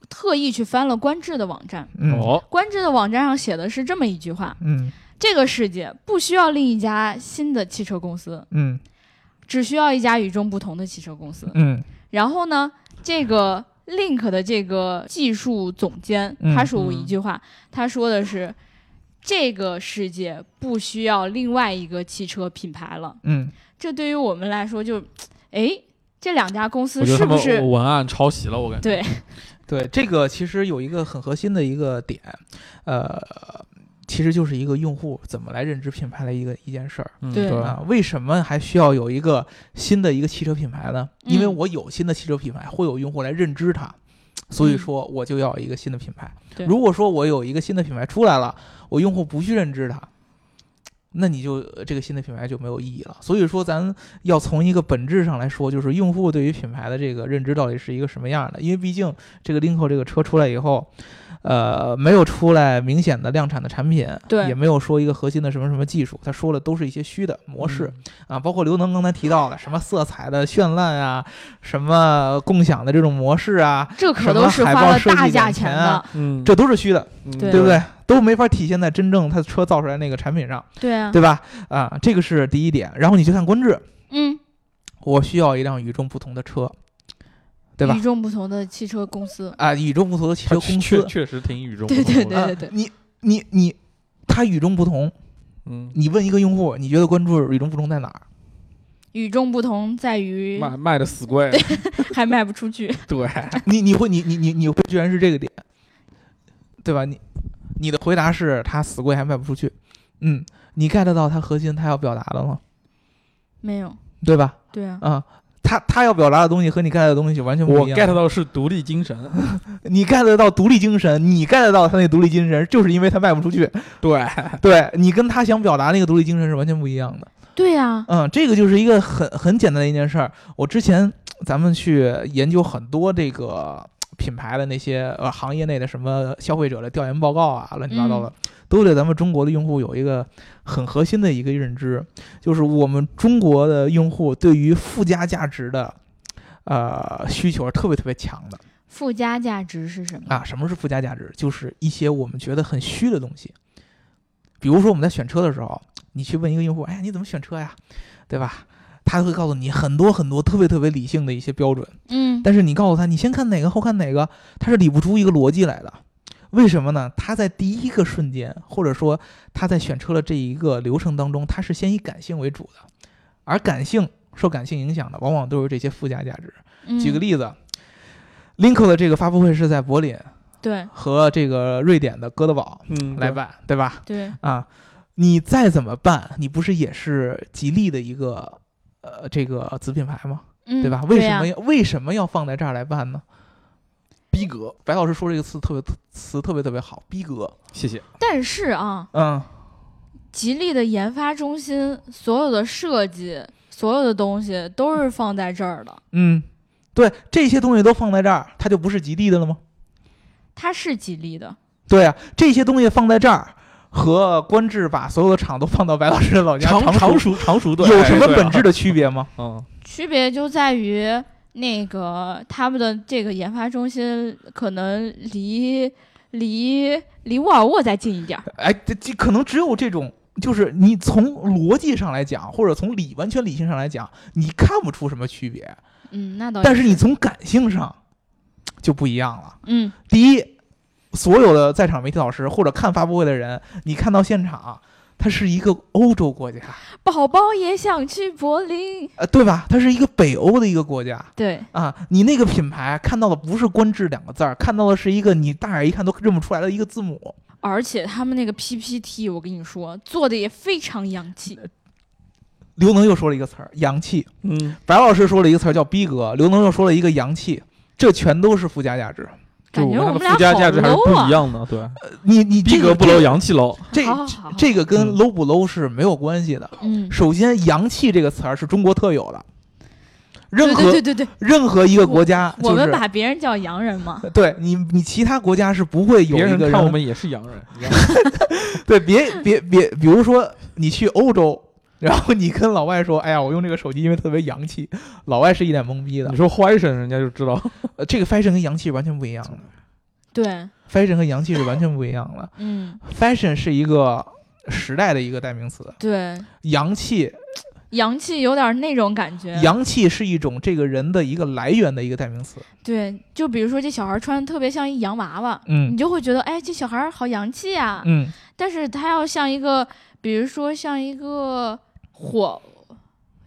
[SPEAKER 1] 特意去翻了官至的网站，
[SPEAKER 2] 嗯
[SPEAKER 3] 哦，
[SPEAKER 1] 官至的网站上写的是这么一句话：
[SPEAKER 2] 嗯
[SPEAKER 1] 这个世界不需要另一家新的汽车公司，
[SPEAKER 2] 嗯
[SPEAKER 1] 只需要一家与众不同的汽车公司。
[SPEAKER 2] 嗯
[SPEAKER 1] 然后呢，这个 Link 的这个技术总监，
[SPEAKER 2] 嗯
[SPEAKER 1] 他说过
[SPEAKER 3] 嗯
[SPEAKER 1] 一句话，他说的是。这个世界不需要另外一个汽车品牌了，
[SPEAKER 2] 嗯
[SPEAKER 1] 这对于我们来说就，哎，这两家公司
[SPEAKER 3] 我觉得
[SPEAKER 1] 是
[SPEAKER 3] 他
[SPEAKER 1] 不
[SPEAKER 3] 们
[SPEAKER 1] 是
[SPEAKER 3] 文案抄袭了，我感觉。
[SPEAKER 1] 对，
[SPEAKER 2] 对，这个其实有一个很核心的一个点，呃，其实就是一个用户怎么来认知品牌的一个一件事儿。
[SPEAKER 3] 嗯
[SPEAKER 1] 对
[SPEAKER 3] 对
[SPEAKER 2] 啊，为什么还需要有一个新的一个汽车品牌呢？因为
[SPEAKER 1] 嗯
[SPEAKER 2] 我有新的汽车品牌，会有用户来认知它，所以说我就要有一个新的品牌。
[SPEAKER 1] 嗯对
[SPEAKER 2] 如果说我有一个新的品牌出来了，我用户不去认知它。那你就呃这个新的品牌就没有意义了。所以说，咱要从一个本质上来说，就是用户对于品牌的这个认知到底是一个什么样的？因为毕竟这个 Linko 这个车出来以后，呃，没有出来明显的量产的产品，
[SPEAKER 1] 对
[SPEAKER 2] 也没有说一个核心的什么什么技术，他说的都是一些虚的模式、
[SPEAKER 1] 嗯
[SPEAKER 2] 啊，包括刘能刚才提到的什么色彩的绚烂啊，什么共享的这种模式啊，
[SPEAKER 1] 这可
[SPEAKER 2] 什么
[SPEAKER 1] 都是
[SPEAKER 2] 海
[SPEAKER 1] 花
[SPEAKER 2] 报
[SPEAKER 1] 了
[SPEAKER 2] 设计
[SPEAKER 1] 大
[SPEAKER 2] 点
[SPEAKER 1] 价
[SPEAKER 2] 钱
[SPEAKER 1] 钱的
[SPEAKER 2] 啊，
[SPEAKER 3] 嗯，
[SPEAKER 2] 这都是虚的，
[SPEAKER 3] 嗯
[SPEAKER 1] 对
[SPEAKER 2] 对不对？都没法体现在真正他的车造出来那个产品上，
[SPEAKER 1] 对啊，
[SPEAKER 2] 对吧？啊，这个是第一点。然后你去看观致，
[SPEAKER 1] 嗯，
[SPEAKER 2] 我需要一辆与众不同的车，对吧
[SPEAKER 1] 与？众不同的汽车公司，
[SPEAKER 2] 啊，与众不同的汽车
[SPEAKER 3] 它
[SPEAKER 2] 公
[SPEAKER 3] 确
[SPEAKER 2] 司，
[SPEAKER 3] 确实挺与众不
[SPEAKER 1] 对
[SPEAKER 3] 同的。
[SPEAKER 1] 对对
[SPEAKER 2] 啊
[SPEAKER 1] 对对，
[SPEAKER 2] 你你你，它与众不同。
[SPEAKER 3] 嗯，
[SPEAKER 2] 你问一个用户，你觉得关注与众不同在哪儿？
[SPEAKER 1] 与众不同在于
[SPEAKER 3] 卖卖的死贵。
[SPEAKER 1] 还卖不出去。
[SPEAKER 3] 对，
[SPEAKER 2] 你你会你你你你会居然是这个点，对吧？你你的回答是他死贵还卖不出去，嗯，你 get 到他核心他要表达的吗？
[SPEAKER 1] 没有，
[SPEAKER 2] 对吧？
[SPEAKER 1] 对啊，
[SPEAKER 2] 啊、他他要表达的东西和你 get 的东西就完全不
[SPEAKER 3] 我
[SPEAKER 2] 一样。
[SPEAKER 3] get 到的是独立精神。
[SPEAKER 2] 你 get 得到独立精神，你 get 得到他那独立精神，就是因为他卖不出去。
[SPEAKER 3] 对，
[SPEAKER 2] 对你跟他想表达那个独立精神是完全不一样的。
[SPEAKER 1] 对啊，
[SPEAKER 2] 嗯，这个就是一个很很简单的一件事儿。我之前咱们去研究很多这个品牌的那些呃行业内的什么消费者的调研报告啊，乱七八糟的，都对咱们中国的用户有一个很核心的一个认知，就是我们中国的用户对于附加价值的。呃需求是特别特别强的
[SPEAKER 1] 附加价值是什么？
[SPEAKER 2] 啊。什么是附加价值？就是一些我们觉得很虚的东西，比如说我们在选车的时候，你去问一个用户，哎，你怎么选车呀？对吧？他会告诉你很多很多特别特别理性的一些标准，
[SPEAKER 1] 嗯，
[SPEAKER 2] 但是你告诉他，你先看哪个后看哪个，他是理不出一个逻辑来的。为什么呢？他在第一个瞬间，或者说他在选车的这一个流程当中，他是先以感性为主的，而感性受感性影响的，往往都是这些附加价值。
[SPEAKER 1] 嗯
[SPEAKER 2] 举个，例子、l i n c o 的这个发布会是在柏林
[SPEAKER 1] 对
[SPEAKER 2] 和这个瑞典的哥德堡
[SPEAKER 3] 嗯
[SPEAKER 2] 来办，对吧？
[SPEAKER 1] 对，
[SPEAKER 2] 啊，你再怎么办，你不是也是吉利的一个呃这个子品牌吗？
[SPEAKER 1] 嗯，
[SPEAKER 2] 对吧？为什
[SPEAKER 1] 呀
[SPEAKER 2] 么要、为什么要放在这儿来办呢？
[SPEAKER 3] 逼格，
[SPEAKER 2] 白老师说这个词特别词特别特别好，逼格。
[SPEAKER 3] 谢谢。
[SPEAKER 1] 但是啊，
[SPEAKER 2] 嗯，
[SPEAKER 1] 吉利的研发中心所有的设计，所有的东西都是放在这儿的。
[SPEAKER 2] 嗯，对，这些东西都放在这儿，它就不是吉利的了吗？
[SPEAKER 1] 它是吉利的，
[SPEAKER 2] 对啊，这些东西放在这儿，和官至把所有的厂都放到白老师的老家
[SPEAKER 3] 常
[SPEAKER 2] 常熟
[SPEAKER 3] 熟常熟对，
[SPEAKER 2] 有什么
[SPEAKER 3] 哎
[SPEAKER 2] 本质？的区别吗？
[SPEAKER 3] 对啊
[SPEAKER 1] 区别就在于那个他们的这个研发中心可能离离离沃尔沃再近一点儿。
[SPEAKER 2] 哎，这这可能只有这种，就是你从逻辑上来讲，或者从理完全理性上来讲，你看不出什么区别，
[SPEAKER 1] 嗯，那倒也
[SPEAKER 2] 但是你从感性上就不一样了。
[SPEAKER 1] 嗯
[SPEAKER 2] 第一，所有的在场媒体老师或者看发布会的人，你看到现场，它是一个欧洲国家，
[SPEAKER 1] 宝宝也想去柏林。
[SPEAKER 2] 呃，对吧？它是一个北欧的一个国家
[SPEAKER 1] 对，
[SPEAKER 2] 啊。你那个品牌看到的不是“官至”两个字儿，看到的是一个你大眼一看都认不出来的一个字母。
[SPEAKER 1] 而且他们那个 PPT，我跟你说，做的也非常洋气。
[SPEAKER 3] 呃
[SPEAKER 2] 刘能又说了一个词儿“洋气
[SPEAKER 3] 嗯”，，
[SPEAKER 2] 白老师说了一个词儿叫“逼格”，刘能又说了一个“洋气”，这全都是附加价值。
[SPEAKER 3] 就
[SPEAKER 1] 感觉
[SPEAKER 3] 我
[SPEAKER 1] 我们
[SPEAKER 3] 们的
[SPEAKER 1] 俩
[SPEAKER 3] 附加
[SPEAKER 1] 好
[SPEAKER 3] 价值还是
[SPEAKER 1] low
[SPEAKER 3] 不
[SPEAKER 1] 啊
[SPEAKER 3] 一！样的，对，
[SPEAKER 2] 呃你你
[SPEAKER 3] 逼
[SPEAKER 2] 这
[SPEAKER 3] 格
[SPEAKER 2] 个
[SPEAKER 3] 不 low，洋气 low。
[SPEAKER 2] 这
[SPEAKER 1] 好好好
[SPEAKER 2] 这个跟
[SPEAKER 3] 嗯
[SPEAKER 2] low 不 low 是没有关系的。
[SPEAKER 1] 嗯，
[SPEAKER 2] 首先，“洋气”这个词儿是中国特有的，任何
[SPEAKER 1] 对对对对对，
[SPEAKER 2] 任何一个国家，
[SPEAKER 1] 我
[SPEAKER 2] 就
[SPEAKER 1] 们
[SPEAKER 2] 是
[SPEAKER 1] 把别人叫洋人嘛。
[SPEAKER 2] 对你你其他国家是不会有
[SPEAKER 3] 别
[SPEAKER 2] 一
[SPEAKER 3] 人
[SPEAKER 2] 个
[SPEAKER 3] 看我们也是洋人，一样
[SPEAKER 2] 对别别别，比如说你去欧洲。然后你跟老外说：“哎呀，我用这个手机，因为特别洋气。”老外是一脸懵逼的
[SPEAKER 3] 你。说坏神，人家就知道。
[SPEAKER 2] 呃，这个 fashion 跟洋气完全不一样的
[SPEAKER 1] 对，
[SPEAKER 2] ，fashion 和洋气是完全不一样的。
[SPEAKER 1] 嗯，
[SPEAKER 2] fashion 是一个时代的一个代名词，
[SPEAKER 1] 对，
[SPEAKER 2] 洋气，
[SPEAKER 1] 洋气有点那种感觉。
[SPEAKER 2] 洋气是一种这个人的一个来源的一个代名词。
[SPEAKER 1] 对，就比如说这小孩穿的特别像一洋娃娃，你
[SPEAKER 2] 嗯
[SPEAKER 1] 就会觉得，哎，这小孩儿好洋气啊。
[SPEAKER 2] 嗯，
[SPEAKER 1] 但是他要像一个，比如说像一个火，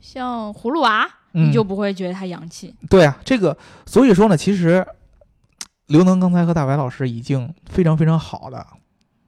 [SPEAKER 1] 像葫芦娃，
[SPEAKER 2] 嗯
[SPEAKER 1] 你就不会觉得他洋气。
[SPEAKER 2] 对啊，这个所以说呢，其实刘能刚才和大白老师已经非常非常好的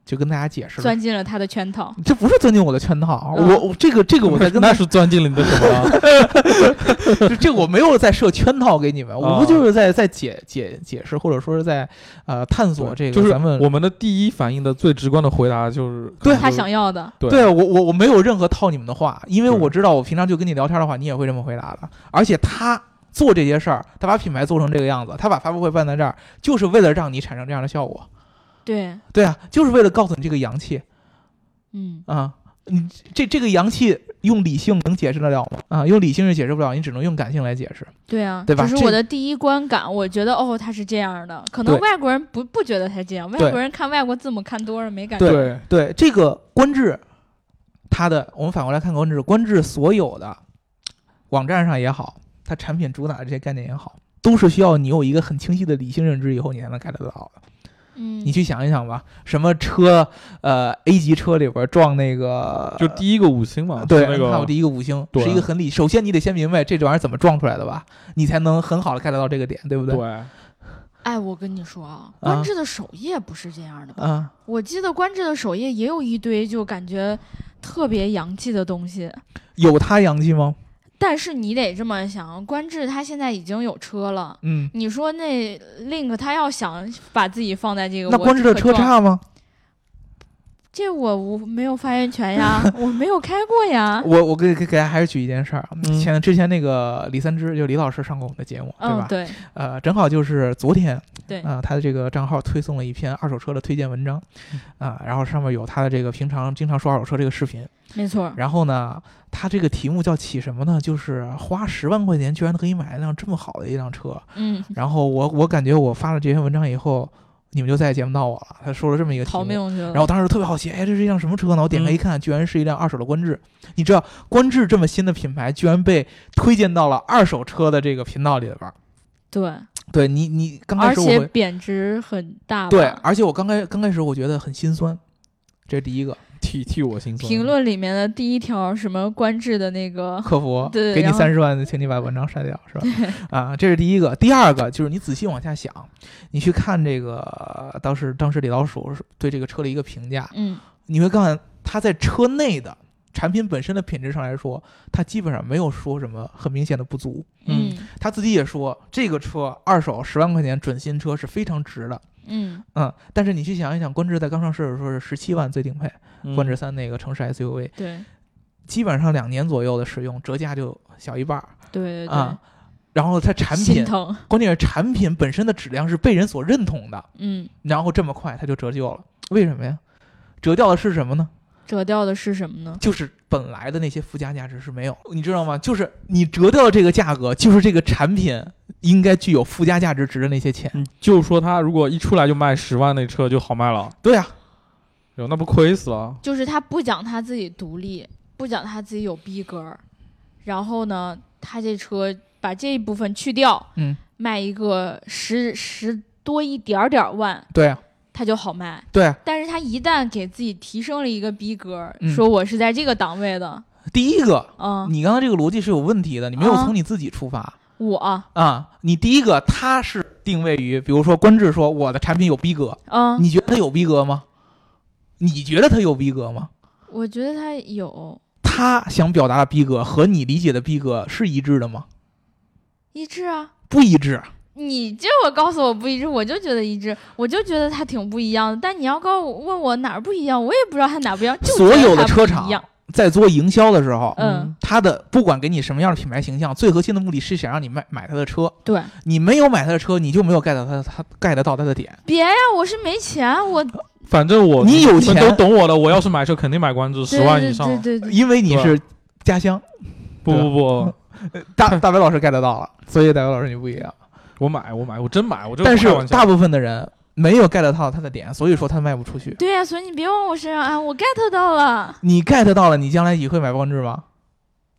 [SPEAKER 2] 就跟大家解释了，
[SPEAKER 1] 钻进了他的圈套。
[SPEAKER 2] 这不是钻进我的圈套，啊
[SPEAKER 1] 嗯
[SPEAKER 2] 我我 这个这个我 在跟
[SPEAKER 3] 那是钻进了你的啊什么 了？
[SPEAKER 2] 这这我没有在设圈套给你们，
[SPEAKER 1] 哦
[SPEAKER 2] 我不就是在在解解解释或者说是在呃探索这个
[SPEAKER 3] 就是
[SPEAKER 2] 咱们
[SPEAKER 3] 我们的第一反应的最直观的回答就是，
[SPEAKER 2] 对
[SPEAKER 1] 他想要的，
[SPEAKER 3] 对
[SPEAKER 2] 对我我我没有任何套你们的话，因为
[SPEAKER 3] 对
[SPEAKER 2] 我知道我平常就跟你聊天的话，你也会这么回答的。而且他做这些事儿，他把品牌做成这个样子，他把发布会办在这儿，就是为了让你产生这样的效果。
[SPEAKER 1] 对，
[SPEAKER 2] 对啊，就是为了告诉你这个洋气
[SPEAKER 1] 嗯，
[SPEAKER 2] 啊，你这这个洋气用理性能解释得了吗？啊，用理性是解释不了，你只能用感性来解释。
[SPEAKER 1] 对啊，
[SPEAKER 2] 对吧
[SPEAKER 1] 只是
[SPEAKER 2] 这
[SPEAKER 1] 我的第一观感，我觉得哦，他是这样的，可能
[SPEAKER 2] 对
[SPEAKER 1] 外国人不不觉得他这样，外
[SPEAKER 2] 对
[SPEAKER 1] 国人看外国字母看多了没感觉。
[SPEAKER 2] 对呃对这个官至，它的我们反过来看官至，官至所有的网站上也好，它产品主打的这些概念也好，都是需要你有一个很清晰的理性认知以后，你才能 get 得到的。
[SPEAKER 1] 嗯，
[SPEAKER 2] 你去想一想吧，什么车，呃，A 级车里边撞那个，
[SPEAKER 3] 就第一个五星嘛，
[SPEAKER 2] 对
[SPEAKER 3] 是那
[SPEAKER 2] n
[SPEAKER 3] 个
[SPEAKER 2] 第一个五星
[SPEAKER 3] 对
[SPEAKER 2] 是一个很理，首先你得先明白这玩意儿怎么撞出来的吧，你才能很好的 get 到这个点，对不对？
[SPEAKER 3] 对，
[SPEAKER 1] 哎，我跟你说啊，
[SPEAKER 2] 啊
[SPEAKER 1] 官至的首页不是这样的吧？
[SPEAKER 2] 啊，
[SPEAKER 1] 我记得官至的首页也有一堆就感觉特别洋气的东西，
[SPEAKER 2] 有它洋气吗？
[SPEAKER 1] 但是你得这么想，官至他现在已经有车了。
[SPEAKER 2] 嗯，
[SPEAKER 1] 你说那 Link 他要想把自己放在这个，
[SPEAKER 2] 那
[SPEAKER 1] 我
[SPEAKER 2] 观致的
[SPEAKER 1] 可
[SPEAKER 2] 车
[SPEAKER 1] 撞
[SPEAKER 2] 差吗？
[SPEAKER 1] 这我无没有发言权 呀，我没有开过呀。
[SPEAKER 2] 我我给给给大家还是举一件事儿啊，
[SPEAKER 3] 嗯
[SPEAKER 2] 前之前那个李三枝就李老师上过我们的节目，对
[SPEAKER 1] 嗯
[SPEAKER 2] 吧，？
[SPEAKER 1] 对，
[SPEAKER 2] 呃，正好就是昨天，
[SPEAKER 1] 对
[SPEAKER 2] 啊、他的这个账号推送了一篇二手车的推荐文章，
[SPEAKER 1] 嗯
[SPEAKER 2] 啊、然后上面有他的这个平常经常说二手车这个视频，
[SPEAKER 1] 没错，
[SPEAKER 2] 然后呢，他这个题目叫起什么呢？就是花十万块钱居然可以买一辆这么好的一辆车，
[SPEAKER 1] 嗯，
[SPEAKER 2] 然后我我感觉我发了这篇文章以后，你们就再也见不到我了。他说了这么一个题
[SPEAKER 1] 逃
[SPEAKER 2] 目，
[SPEAKER 1] 命去了。
[SPEAKER 2] 然后我当时特别好奇，哎，这是一辆什么车呢？我点开一
[SPEAKER 1] 嗯
[SPEAKER 2] 看，居然是一辆二手的观致。你知道观致这么新的品牌，居然被推荐到了二手车的这个频道里边儿。
[SPEAKER 1] 对，
[SPEAKER 2] 对你，你刚开
[SPEAKER 1] 而
[SPEAKER 2] 始我
[SPEAKER 1] 且啊
[SPEAKER 2] 会
[SPEAKER 1] 贬值很大吧。
[SPEAKER 2] 对，而且我刚开刚开始我觉得很心酸，这是第一个
[SPEAKER 3] 替替我心酸。
[SPEAKER 1] 评论里面的第一条什么官制的那 个，
[SPEAKER 2] 客服
[SPEAKER 1] 对
[SPEAKER 2] 给你
[SPEAKER 1] 然后
[SPEAKER 2] 三十万，请你把文章删掉，是吧？ 啊，这是第一个。第二个就是你仔细往下想，你去看这个当时当时李老鼠对这个车的一个评价，
[SPEAKER 1] 嗯，
[SPEAKER 2] 你会看它在车内的产品本身的品质上来说，它基本上没有说什么很明显的不足。
[SPEAKER 1] 嗯
[SPEAKER 2] 他自己也说，这个车二手十万块钱准新车是非常值的。
[SPEAKER 1] 嗯
[SPEAKER 2] 嗯，但是你去想一想，观致在刚上市的时候是十七万最顶配，
[SPEAKER 3] 嗯
[SPEAKER 2] 观致三那个城市 SUV，
[SPEAKER 1] 对
[SPEAKER 2] 基本上两年左右的使用，折价就小一半儿
[SPEAKER 1] 对对对
[SPEAKER 2] 啊，。然后它产
[SPEAKER 1] 心
[SPEAKER 2] 品，
[SPEAKER 1] 疼，
[SPEAKER 2] 关键是产品本身的质量是被人所认同的，
[SPEAKER 1] 嗯，
[SPEAKER 2] 然后这么快它就折旧了，为什么呀？折掉的是什么呢？
[SPEAKER 1] 折掉的是什么呢？
[SPEAKER 2] 就是本来的那些附加价值是没有，你知道吗？就是你折掉的这个价格，就是这个产品应该具有附加价值值的那些钱。
[SPEAKER 3] 你就说他如果一出来就卖十万，那车就好卖了，
[SPEAKER 2] 对啊，
[SPEAKER 3] 哟，那不亏死了？
[SPEAKER 1] 就是他不讲他自己独立，不讲他自己有逼格儿，然后呢，他这车把这一部分去掉，
[SPEAKER 2] 嗯，
[SPEAKER 1] 卖一个十十多一点儿点儿万，
[SPEAKER 2] 对啊，
[SPEAKER 1] 他就好卖。
[SPEAKER 2] 对啊。
[SPEAKER 1] 但是他一旦给自己提升了一个逼格儿，
[SPEAKER 2] 嗯
[SPEAKER 1] 说我是在这个档位的，
[SPEAKER 2] 第一个，
[SPEAKER 1] 嗯，
[SPEAKER 2] 你刚才这个逻辑是有问题的，你没有
[SPEAKER 1] 啊
[SPEAKER 2] 从你自己出发
[SPEAKER 1] 我，
[SPEAKER 2] 啊。你第一个，它是定位于，比如说官至说我的产品有逼格，
[SPEAKER 1] 嗯，
[SPEAKER 2] 你觉得它有逼格吗？你觉得它有逼格吗？
[SPEAKER 1] 我觉得他有
[SPEAKER 2] 他想表达的逼格和你理解的逼格是一致的吗？
[SPEAKER 1] 一致啊。
[SPEAKER 2] 不一致。
[SPEAKER 1] 你这我告诉我不一致，我就觉得一致，我就觉得它挺不一样的。但你要告诉我问我哪儿不一样，我也不知道它哪儿不一样。就
[SPEAKER 2] 所
[SPEAKER 1] 觉得
[SPEAKER 2] 有的
[SPEAKER 1] 它
[SPEAKER 2] 车
[SPEAKER 1] 不
[SPEAKER 2] 厂
[SPEAKER 1] 一样，
[SPEAKER 2] 在做营销的时候，
[SPEAKER 1] 嗯，
[SPEAKER 2] 它的不管给你什么样的品牌形象，最核心的目的是想让你买买它的车。
[SPEAKER 1] 对，
[SPEAKER 2] 你没有买它的车，你就没有 get 到它的它 get 到它的点。
[SPEAKER 1] 别呀，我是没钱， 我
[SPEAKER 3] 反正我
[SPEAKER 2] 你有
[SPEAKER 3] 们
[SPEAKER 2] 钱
[SPEAKER 3] 都懂我的，我要是买车肯定买观致，十万以上。啊
[SPEAKER 1] 对对对对
[SPEAKER 2] 因为你是家乡，
[SPEAKER 3] 不不不，
[SPEAKER 2] 呃 大大白老师 get 到了，所以大白老师你不一样。
[SPEAKER 3] 我买我买，我真买，我这个
[SPEAKER 2] 但
[SPEAKER 3] 不开玩
[SPEAKER 2] 是
[SPEAKER 3] 笑
[SPEAKER 2] 大部分的人没有 get 到它的点，所以说它卖不出去。
[SPEAKER 1] 对呀、所以你别往我身上啊安，我 get 到了，
[SPEAKER 2] 你 get 到了，你将来也会买观致吗？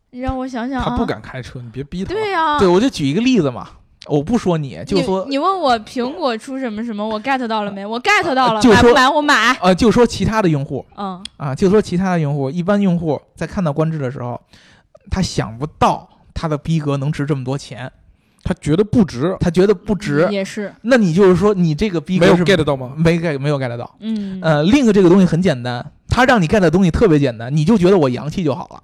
[SPEAKER 1] 你让我想想啊，
[SPEAKER 3] 他不，敢开车，你别逼他。
[SPEAKER 1] 对呀、
[SPEAKER 2] 对，我就举一个例子嘛，我不说你，就说啊
[SPEAKER 1] 你你问我苹果出什么什么，我 get 到了没？我 get 到了，
[SPEAKER 2] 就
[SPEAKER 1] 买
[SPEAKER 2] 说
[SPEAKER 1] 不买？我买，
[SPEAKER 2] 呃，就说其他的用户
[SPEAKER 1] 嗯
[SPEAKER 2] 啊，就说其他的用户，一般用户在看到观致的时候，他想不到他的逼格能值这么多钱，
[SPEAKER 3] 他觉得不值，
[SPEAKER 2] 他觉得不值。
[SPEAKER 1] 也是，
[SPEAKER 2] 那你就是说，你这个逼格
[SPEAKER 3] 没有
[SPEAKER 2] 是
[SPEAKER 3] get 到吗？
[SPEAKER 2] 没 get 没有 get 到。
[SPEAKER 1] 嗯，
[SPEAKER 2] 呃，link 这个东西很简单，它让你 get 的东西特别简单，你就觉得我洋气就好了。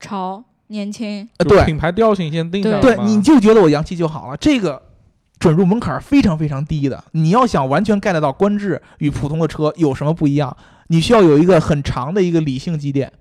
[SPEAKER 1] 潮年轻，
[SPEAKER 2] 呃，
[SPEAKER 3] 就
[SPEAKER 2] 对
[SPEAKER 3] 品牌调性先定下来
[SPEAKER 2] 对，
[SPEAKER 3] 嘛
[SPEAKER 2] 你就觉得我洋气就好了。这个准入门槛非常非常低的，你要想完全 get 到观致与普通的车有什么不一样，你需要有一个很长的一个理性积淀。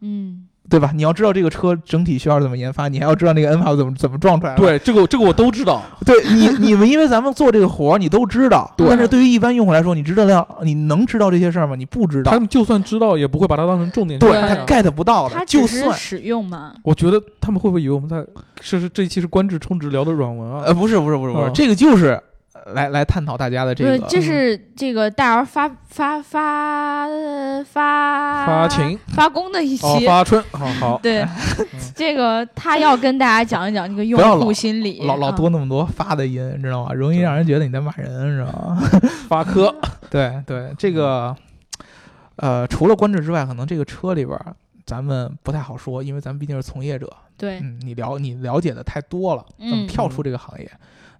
[SPEAKER 1] 嗯，
[SPEAKER 2] 对吧？你要知道这个车整体需要怎么研发，你还要知道那个 N 法怎么怎么撞出来的。
[SPEAKER 3] 对这个这个我都知道，
[SPEAKER 2] 对，你你们因为咱们做这个活儿，你都知道，
[SPEAKER 1] 对
[SPEAKER 2] 但是对于一般用户来说，你知道了，你能知道这些事儿吗？你不知
[SPEAKER 3] 他
[SPEAKER 2] 道，
[SPEAKER 3] 们就算知道也不会把它当成重点去
[SPEAKER 2] 对
[SPEAKER 1] 对
[SPEAKER 2] 他
[SPEAKER 3] 看。
[SPEAKER 2] get 不到
[SPEAKER 1] 它
[SPEAKER 2] 的，
[SPEAKER 1] 只
[SPEAKER 2] 就是算
[SPEAKER 1] 使用嘛，
[SPEAKER 3] 我觉得他们会不会以为我们在是是这一期是官至充值聊的软文啊？
[SPEAKER 2] 呃不是不是不是不是，
[SPEAKER 3] 嗯
[SPEAKER 2] 这个就是呃来来探讨大家的这
[SPEAKER 1] 不是
[SPEAKER 2] 个，嗯
[SPEAKER 1] 这是这个大姚发发发发
[SPEAKER 3] 发情
[SPEAKER 1] 发功的一期，
[SPEAKER 3] 哦，发春，好好，
[SPEAKER 1] 对， 这个他要跟大家讲一讲这个用
[SPEAKER 2] 嗯不要老
[SPEAKER 1] 户心理，
[SPEAKER 2] 老老
[SPEAKER 1] 啊
[SPEAKER 2] 多那么多发的音，你知道吗？容易让人觉得你在骂人，啊知道吗？
[SPEAKER 3] 发科，
[SPEAKER 2] 对对，这个呃，除了观致之外，可能这个车里边儿咱们不太好说，因为咱们毕竟是从业者，
[SPEAKER 1] 对，
[SPEAKER 2] 嗯，你了你了解的太多了，咱
[SPEAKER 1] 嗯
[SPEAKER 2] 们跳出这个行业。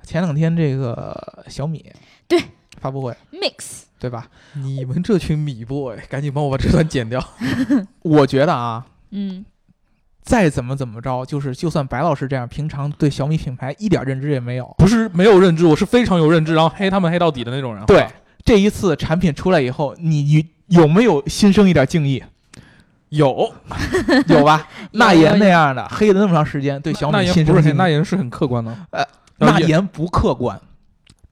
[SPEAKER 2] 前两天这个小米
[SPEAKER 1] 对
[SPEAKER 2] 发布会，
[SPEAKER 1] mix，
[SPEAKER 2] 对吧？
[SPEAKER 3] 你们这群米 boy，赶紧帮我把 这 段剪掉。
[SPEAKER 2] 我觉得啊，
[SPEAKER 1] 嗯，
[SPEAKER 2] 再怎么怎么着，就是就算白老师这样平常对小米品牌一点认知也没有，
[SPEAKER 3] 不是没有认知，我是非常有认知，然后黑他们黑到底的那种人。
[SPEAKER 2] 对，啊这一次产品出来以后，你你有没有心生一点敬意？
[SPEAKER 3] 有，
[SPEAKER 2] 有吧？纳
[SPEAKER 1] 有
[SPEAKER 2] 言
[SPEAKER 1] 有
[SPEAKER 2] 那样的黑了那么长时间，对小
[SPEAKER 3] 那
[SPEAKER 2] 米
[SPEAKER 3] 也
[SPEAKER 2] 心
[SPEAKER 3] 不
[SPEAKER 2] 生敬
[SPEAKER 3] 是很，那
[SPEAKER 2] 意。
[SPEAKER 3] 也是很客观的。
[SPEAKER 2] 呃
[SPEAKER 3] 要
[SPEAKER 2] 纳
[SPEAKER 3] 也，
[SPEAKER 2] 言不客观，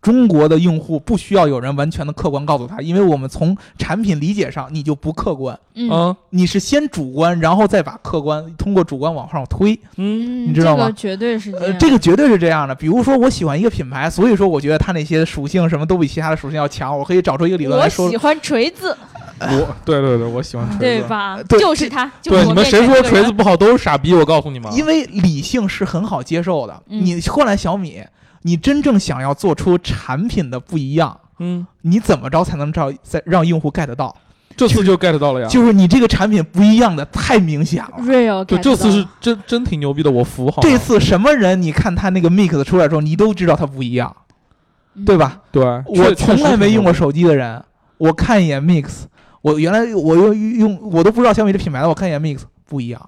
[SPEAKER 2] 中国的用户不需要有人完全的客观告诉他，因为我们从产品理解上你就不客观，
[SPEAKER 1] 嗯
[SPEAKER 3] 嗯
[SPEAKER 2] 你是先主观，然后再把客观通过主观往上推。
[SPEAKER 3] 嗯，
[SPEAKER 1] 嗯，
[SPEAKER 2] 你知道吗
[SPEAKER 1] 这个绝对是这
[SPEAKER 2] 呃，
[SPEAKER 1] 样。
[SPEAKER 2] 这个绝对是这样的。比如说，我喜欢一个品牌，所以说我觉得它那些属性什么都比其他的属性要强，我可以找出一个理论
[SPEAKER 1] 我
[SPEAKER 2] 来说
[SPEAKER 1] 喜。欢锤子，
[SPEAKER 3] 我对对对，我喜欢锤
[SPEAKER 1] 对
[SPEAKER 3] 子。
[SPEAKER 1] 吧？
[SPEAKER 2] 呃对
[SPEAKER 1] 就是他，就
[SPEAKER 3] 对
[SPEAKER 1] 是
[SPEAKER 3] 你
[SPEAKER 1] 我
[SPEAKER 3] 们
[SPEAKER 1] 面前
[SPEAKER 3] 谁说
[SPEAKER 1] 这个
[SPEAKER 3] 锤
[SPEAKER 1] 人
[SPEAKER 3] 子不好都是傻逼，我告诉你们啊。
[SPEAKER 2] 因为理性是很好接受的。
[SPEAKER 1] 嗯
[SPEAKER 2] 你换来小米，你真正想要做出产品的不一样，
[SPEAKER 3] 嗯，
[SPEAKER 2] 你怎么着才能照在让用户 get 到？
[SPEAKER 3] 这次就 get 到了呀。
[SPEAKER 2] 就是你这个产品不一样的太明显了。
[SPEAKER 1] real，
[SPEAKER 3] 对，
[SPEAKER 1] get
[SPEAKER 3] 这次
[SPEAKER 1] 到
[SPEAKER 3] 是
[SPEAKER 1] 了
[SPEAKER 3] 真真挺牛逼的，我服好吗。
[SPEAKER 2] 这次什么人，你看他那个 mix 出来之后，你都知道它不一样，
[SPEAKER 1] 嗯
[SPEAKER 2] 对吧？？
[SPEAKER 3] 对，
[SPEAKER 2] 我
[SPEAKER 3] 嗯确
[SPEAKER 2] 从来没用过。
[SPEAKER 3] 确实挺牛
[SPEAKER 2] 手机的人，我看一眼 Mix，我原来我用用我都不知道小米这品牌的，我看一眼 Mix 不一样，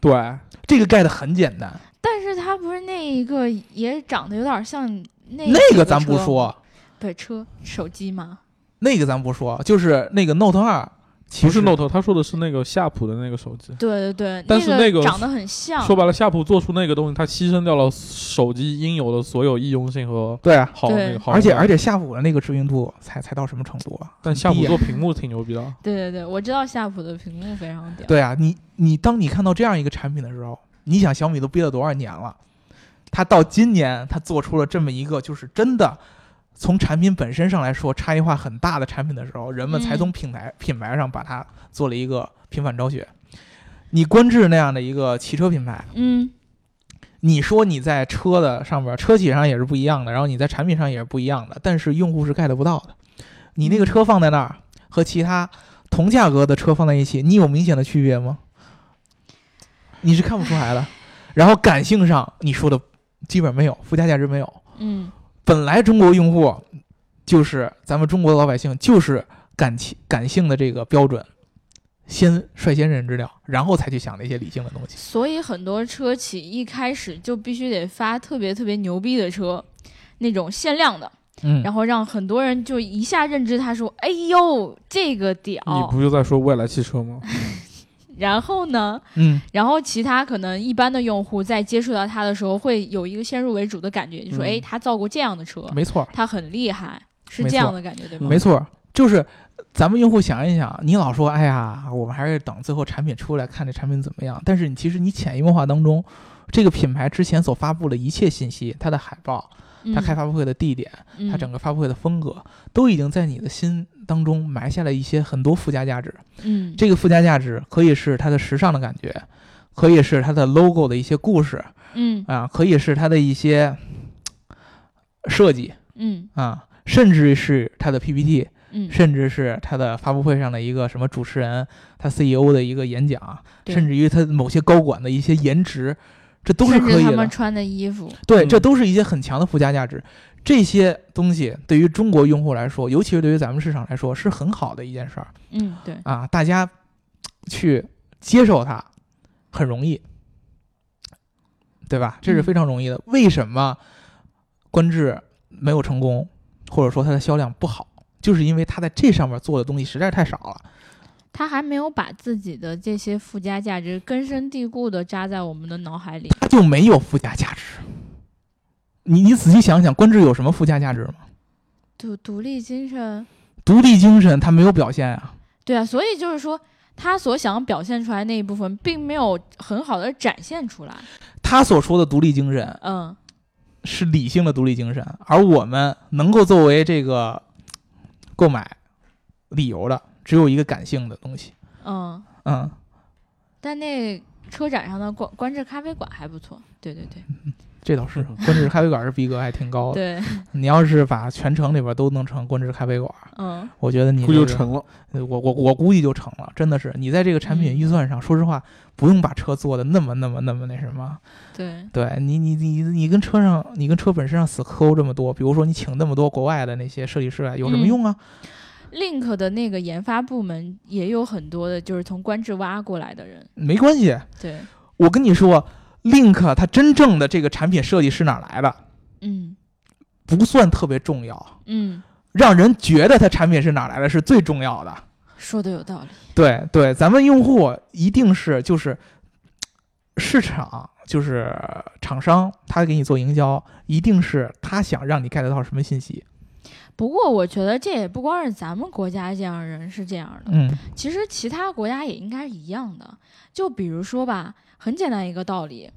[SPEAKER 3] 逼对，
[SPEAKER 2] 这个 get 很简单，
[SPEAKER 1] 嗯但是他不是那一个也长得有点像那
[SPEAKER 2] 那
[SPEAKER 1] 几
[SPEAKER 2] 个咱不
[SPEAKER 1] 车吗，
[SPEAKER 2] 说，
[SPEAKER 1] 对车手机嘛，
[SPEAKER 2] 那个咱不说，就是那个 Note 二，其
[SPEAKER 3] 不是
[SPEAKER 2] 实
[SPEAKER 3] Note，他说的是那个夏普的那个手机。
[SPEAKER 1] 对对对，
[SPEAKER 3] 但是那
[SPEAKER 1] 那
[SPEAKER 3] 个
[SPEAKER 1] 长得很像，
[SPEAKER 3] 说白了，夏普做出那个东西，它牺牲掉了手机应有的所有易用性和
[SPEAKER 2] 对啊，
[SPEAKER 3] 好
[SPEAKER 1] 对
[SPEAKER 3] 那个好。
[SPEAKER 2] 而且而且
[SPEAKER 3] 且，
[SPEAKER 2] 夏普的那个知名度才才到什么程度啊？
[SPEAKER 3] 但夏普
[SPEAKER 2] 低啊
[SPEAKER 3] 做屏幕挺牛逼的。
[SPEAKER 1] 对对对，我知道夏普的屏幕非常屌，
[SPEAKER 2] 对啊，你你当你看到这样一个产品的时候，你想小米都憋了多少年了？它到今年，它做出了这么一个，就是真的从产品本身上来说差异化很大的产品的时候，人们才
[SPEAKER 1] 嗯
[SPEAKER 2] 从品牌、品牌上把它做了一个平反昭雪。你观致那样的一个汽车品牌，
[SPEAKER 1] 嗯
[SPEAKER 2] 你说你在车的上边，车企上也是不一样的，然后你在产品上也是不一样的，但是用户是 get 不到的。你
[SPEAKER 1] 嗯
[SPEAKER 2] 那个车放在那儿和其他同价格的车放在一起，你有明显的区别吗？你是看不出 来的。然后感性上你说的基本没有，附加价值没有。
[SPEAKER 1] 嗯，
[SPEAKER 2] 本来中国用户就是咱们中国老百姓就是感情感性的这个标准，先率先认知掉，然后才去想那些理性的东西。
[SPEAKER 1] 所以很多车企一开始就必须得发特别特别牛逼的车，那种限量的，
[SPEAKER 2] 嗯，
[SPEAKER 1] 然后让很多人就一下认知他说，哎呦这个屌，
[SPEAKER 3] 你不就在说未来汽车吗？
[SPEAKER 1] 然后呢？
[SPEAKER 2] 嗯
[SPEAKER 1] 然后其他可能一般的用户在接触到它的时候，会有一个先入为主的感觉，就说：“
[SPEAKER 3] 嗯
[SPEAKER 1] 哎，他造过这样的车，
[SPEAKER 2] 没错。
[SPEAKER 1] 他很厉害。”是
[SPEAKER 2] 没
[SPEAKER 1] 这
[SPEAKER 2] 错
[SPEAKER 1] 样的感觉，对吗？
[SPEAKER 2] 没错，就是咱们用户想一想，你老说哎呀，我们还是等最后产品出来看这产品怎么样。但是你其实你潜移默化当中，这个品牌之前所发布的一切信息，它的海报、
[SPEAKER 1] 嗯
[SPEAKER 2] 它开发布会的地点、它整个发布会的风格，都已经在你的心当中埋下了一些很多附加价值。
[SPEAKER 1] 嗯，嗯
[SPEAKER 2] 这个附加价值可以是它的时尚的感觉，可以是它的 logo 的一些故事
[SPEAKER 1] 嗯
[SPEAKER 2] 啊，可以是它的一些嘖设计
[SPEAKER 1] 嗯
[SPEAKER 2] 啊，甚至是它的 PPT。
[SPEAKER 1] 嗯，
[SPEAKER 2] 甚至是他的发布会上的一个什么主持人，他 CEO 的一个演讲，啊
[SPEAKER 1] 对
[SPEAKER 2] 甚至于他某些高管的一些颜值，这都是
[SPEAKER 1] 甚至
[SPEAKER 2] 可以
[SPEAKER 1] 他
[SPEAKER 2] 的
[SPEAKER 1] 们。穿的衣服，
[SPEAKER 2] 对，
[SPEAKER 3] 嗯
[SPEAKER 2] 这都是一些很强的附加价值。这些东西对于中国用户来说，尤其是对于咱们市场来说，是很好的一件事儿
[SPEAKER 1] 嗯，对，
[SPEAKER 2] 啊！大家去接受它很容易，对吧？这是非常容易的。为什么观致没有成功，或者说它的销量不好，就是因为它在这上面做的东西实在是太少了。
[SPEAKER 1] 他还没有把自己的这些附加价值根深蒂固的扎在我们的脑海里。
[SPEAKER 2] 它就没有附加价值。你你仔细想想，观致有什么附加价值吗？
[SPEAKER 1] 独独立精神，
[SPEAKER 2] 独立精神它没有表现啊。
[SPEAKER 1] 对啊，所以就是说，他所想表现出来那一部分，并没有很好的展现出来。
[SPEAKER 2] 他所说的独立精神
[SPEAKER 1] 嗯，
[SPEAKER 2] 是理性的独立精神，而我们能够作为这个购买理由的，只有一个感性的东西。
[SPEAKER 1] 嗯，
[SPEAKER 2] 嗯，
[SPEAKER 1] 但那车展上的观观致咖啡馆还不错，对对对
[SPEAKER 2] 这倒 是。观致咖啡馆是逼格还挺高的。
[SPEAKER 1] 对，
[SPEAKER 2] 你要是把全城里边都弄成观致咖啡馆，
[SPEAKER 1] 嗯
[SPEAKER 2] 我觉得你
[SPEAKER 3] 估计就
[SPEAKER 2] 这个
[SPEAKER 3] 成了。
[SPEAKER 2] 呃我我我估计就成了，真的是你在这个产品
[SPEAKER 1] 嗯
[SPEAKER 2] 预算上，说实话，不用把车做的那么那么那么那什么，
[SPEAKER 1] 对，
[SPEAKER 2] 对你你你你跟车上你跟车本身上死抠这么多，比如说你请那么多国外的那些设计师来，有什么
[SPEAKER 1] 嗯
[SPEAKER 2] 用啊？
[SPEAKER 1] Link 的那个研发部门也有很多的，就是从官制挖过来的人，
[SPEAKER 2] 没关系，
[SPEAKER 1] 对，
[SPEAKER 2] 我跟你说，Link 它真正的这个产品设计是哪儿来的，
[SPEAKER 1] 嗯
[SPEAKER 2] 不算特别重要。
[SPEAKER 1] 嗯
[SPEAKER 2] 让人觉得它产品是哪儿来的是最重要的。
[SPEAKER 1] 说的有道理。
[SPEAKER 2] 对对，咱们用户一定是就是市场，就是厂商，他给你做营销，一定是他想让你 get 到什么信息。
[SPEAKER 1] 不过我觉得这也不光是咱们国家这样人是这样的，
[SPEAKER 2] 嗯
[SPEAKER 1] 其实其他国家也应该是一样的。就比如说吧，很简单一个道理，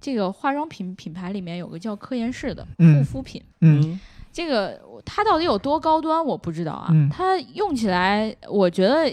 [SPEAKER 1] 这个化妆品品牌里面有个叫科颜氏的护
[SPEAKER 2] 嗯
[SPEAKER 1] 肤品，
[SPEAKER 2] 嗯，
[SPEAKER 1] 这个它到底有多高端我不知道啊，
[SPEAKER 2] 嗯
[SPEAKER 1] 它用起来我觉得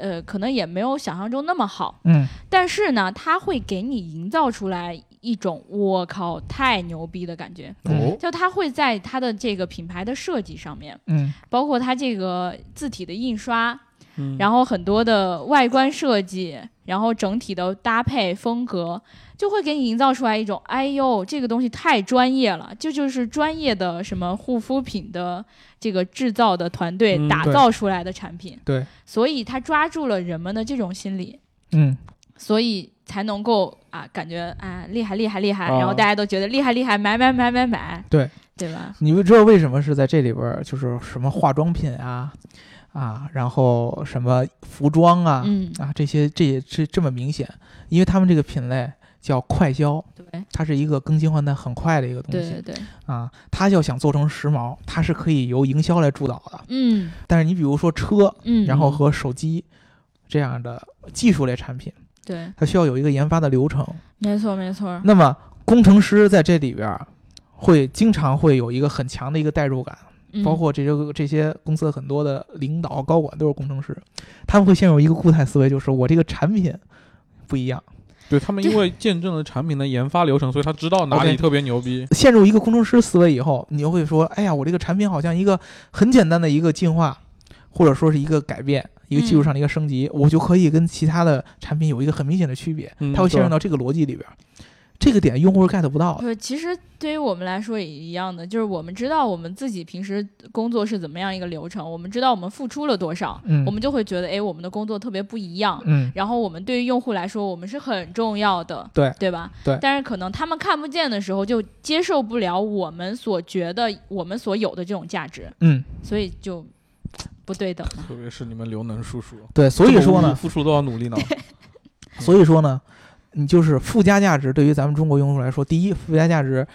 [SPEAKER 1] 呃可能也没有想象中那么好，
[SPEAKER 2] 嗯
[SPEAKER 1] 但是呢，它会给你营造出来一种我靠太牛逼的感觉。
[SPEAKER 3] 嗯
[SPEAKER 2] 哦，
[SPEAKER 1] 就它会在它的这个品牌的设计上面，
[SPEAKER 2] 嗯
[SPEAKER 1] 包括它这个字体的印刷，
[SPEAKER 3] 嗯
[SPEAKER 1] 然后很多的外观设计，然后整体的搭配风格，就会给你营造出来一种，哎呦，这个东西太专业了，这就是专业的什么护肤品的这个制造的团队
[SPEAKER 3] 嗯
[SPEAKER 1] 打
[SPEAKER 2] 对
[SPEAKER 1] 造出来的产品，
[SPEAKER 2] 对，
[SPEAKER 1] 所以它抓住了人们的这种心理，
[SPEAKER 2] 嗯
[SPEAKER 1] 所以才能够啊，感觉啊厉害厉害厉害，
[SPEAKER 3] 啊
[SPEAKER 1] 然后大家都觉得厉害厉害，买买买买买，
[SPEAKER 2] 哦对
[SPEAKER 1] 对吧？
[SPEAKER 2] 你们知道为什么是在这里边儿就是什么化妆品啊啊，然后什么服装啊、
[SPEAKER 1] 嗯，
[SPEAKER 2] 啊这些这也这这么明显，因为他们这个品类叫快消，
[SPEAKER 1] 对
[SPEAKER 2] 它是一个更新换代很快的一个东
[SPEAKER 1] 对
[SPEAKER 2] 西
[SPEAKER 1] 对，
[SPEAKER 2] 啊，它要想做成时髦，它是可以由营销来主导的。
[SPEAKER 1] 嗯
[SPEAKER 2] 但是你比如说车，
[SPEAKER 1] 嗯，
[SPEAKER 2] 然后和手机这样的技术类产品，
[SPEAKER 1] 对，
[SPEAKER 2] 它需要有一个研发的流程。
[SPEAKER 1] 没错没错，
[SPEAKER 2] 那么工程师在这里边儿会经常会有一个很强的一个代入感，
[SPEAKER 1] 嗯
[SPEAKER 2] 包括这些这些公司的很多的领导高管都是工程师，他们会陷入一个固态思维，就是我这个产品不一样，
[SPEAKER 3] 对他们因为见证了产品的研发流程，所以他知道哪
[SPEAKER 2] OK
[SPEAKER 3] 里特别牛逼。
[SPEAKER 2] 陷入一个工程师思维以后，你就会说，哎呀，我这个产品好像一个很简单的一个进化，或者说是一个改变，一个
[SPEAKER 1] 嗯
[SPEAKER 2] 技术上的一个升级，我就可以跟其他的产品有一个很明显的区别
[SPEAKER 3] 嗯，
[SPEAKER 2] 它会陷入到这个逻辑里边。这个点用户是 get 不到的，
[SPEAKER 1] 就是其实对于我们来说也一样的，就是我们知道我们自己平时工作是怎么样一个流程，我们知道我们付出了多少，
[SPEAKER 2] 嗯
[SPEAKER 1] 我们就会觉得哎，我们的工作特别不一样。
[SPEAKER 2] 嗯，
[SPEAKER 1] 然后我们对于用户来说，我们是很重要的，
[SPEAKER 2] 对
[SPEAKER 1] 对吧？
[SPEAKER 2] 对
[SPEAKER 1] 但是可能他们看不见的时候，就接受不了我们所觉得我们所有的这种价值，
[SPEAKER 2] 嗯，
[SPEAKER 1] 所以就不对等了。
[SPEAKER 3] 特别是你们刘能叔叔，
[SPEAKER 2] 对，所以说
[SPEAKER 3] 这么
[SPEAKER 2] 呢，
[SPEAKER 3] 付出多少努力呢？
[SPEAKER 2] 所以说呢，你就是附加价值对于咱们中国用户来说，第一，附加价值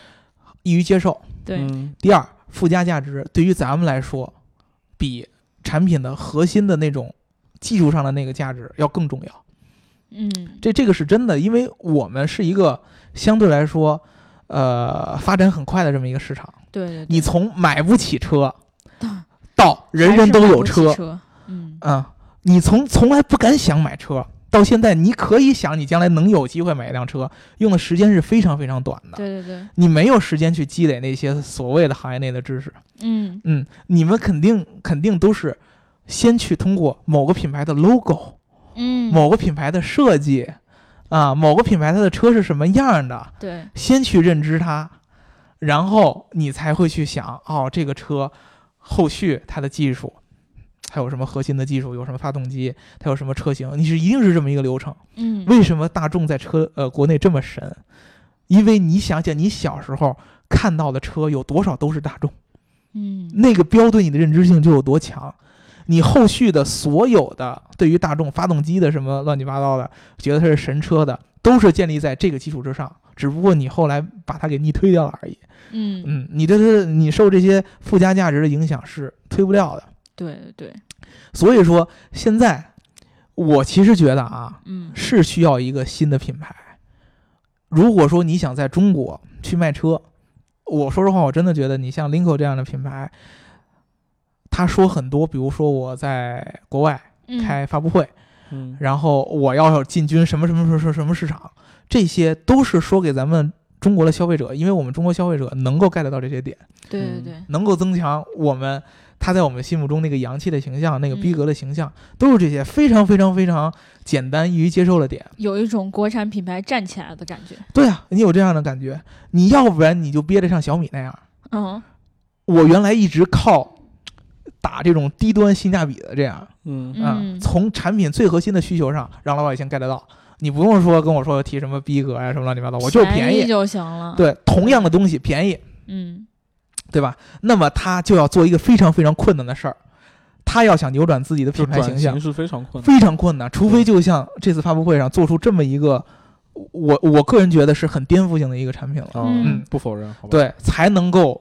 [SPEAKER 2] 易于接受；
[SPEAKER 1] 对，
[SPEAKER 3] 嗯
[SPEAKER 2] 第二，附加价值对于咱们来说，比产品的核心的那种技术上的那个价值要更重要。
[SPEAKER 1] 嗯，
[SPEAKER 2] 这这个是真的，因为我们是一个相对来说，呃，发展很快的这么一个市场。
[SPEAKER 1] 对对对，
[SPEAKER 2] 你从买不起车
[SPEAKER 1] 对
[SPEAKER 2] 到人人都
[SPEAKER 1] 还是买
[SPEAKER 2] 有
[SPEAKER 1] 不
[SPEAKER 2] 车
[SPEAKER 1] 起，车，嗯，
[SPEAKER 2] 啊、你从从来不敢想买车，到现在你可以想你将来能有机会买一辆车，用的时间是非常非常短的。
[SPEAKER 1] 对对对，
[SPEAKER 2] 你没有时间去积累那些所谓的行业内的知识，
[SPEAKER 1] 嗯，
[SPEAKER 2] 嗯，你们肯定肯定都是先去通过某个品牌的 logo，
[SPEAKER 1] 嗯，
[SPEAKER 2] 某个品牌的设计，啊，某个品牌它的车是什么样的，
[SPEAKER 1] 对，
[SPEAKER 2] 先去认知它，然后你才会去想，哦，这个车后续它的技术，还有什么核心的技术，有什么发动机，它有什么车型，你是一定是这么一个流程。
[SPEAKER 1] 嗯，
[SPEAKER 2] 为什么大众在车呃国内这么神？因为你想想，你小时候看到的车有多少都是大众。
[SPEAKER 1] 嗯，
[SPEAKER 2] 那个标对你的认知性就有多强。你后续的所有的对于大众发动机的什么乱七八糟的，觉得它是神车的，都是建立在这个基础之上。只不过你后来把它给逆推掉了而已。
[SPEAKER 1] 嗯，
[SPEAKER 2] 嗯，你对它，你受这些附加价值的影响是推不掉的。
[SPEAKER 1] 对对对，
[SPEAKER 2] 所以说，现在我其实觉得啊，
[SPEAKER 1] 嗯，
[SPEAKER 2] 是需要一个新的品牌。如果说你想在中国去卖车，我说实话，我真的觉得你像 Linko 这样的品牌，他说很多，比如说我在国外
[SPEAKER 1] 嗯，
[SPEAKER 2] 开发布会，
[SPEAKER 3] 嗯，
[SPEAKER 2] 然后我要进军什么什么什么什么什么市场，这些都是说给咱们中国的消费者，因为我们中国消费者能够 get 到这些点，
[SPEAKER 1] 对对
[SPEAKER 3] 嗯
[SPEAKER 1] 对，
[SPEAKER 2] 能够增强我们他在我们心目中那个洋气的形象，那个
[SPEAKER 1] 嗯
[SPEAKER 2] 逼格的形象，都是这些非常非常非常简单易于接受的点。
[SPEAKER 1] 有一种国产品牌站起来的感觉，
[SPEAKER 2] 对啊，你有这样的感觉，你要不然你就憋得像小米那样。啊
[SPEAKER 1] 嗯，
[SPEAKER 2] 我原来一直靠打这种低端性价比的这样
[SPEAKER 3] 嗯
[SPEAKER 2] 啊、
[SPEAKER 1] 嗯
[SPEAKER 2] 从产品最核心的需求上让老百姓 get 到。你不用说跟我说提什么逼格呀、什么乱七八糟，我就是便
[SPEAKER 1] 便
[SPEAKER 2] 宜。
[SPEAKER 1] 就行了，，
[SPEAKER 2] 对，同样的东西便宜，
[SPEAKER 1] 嗯，
[SPEAKER 2] 对吧？那么他就要做一个非常非常困难的事儿，他要想扭转自己的
[SPEAKER 3] 就
[SPEAKER 2] 品牌
[SPEAKER 3] 转
[SPEAKER 2] 形象
[SPEAKER 3] 型，是非常困难。
[SPEAKER 2] 非常困难，除非就像这次发布会上做出这么一个，我我个人觉得是很颠覆性的一个产品了，
[SPEAKER 3] 啊
[SPEAKER 1] 嗯
[SPEAKER 3] 不否认，好吧？，
[SPEAKER 2] 对，才能够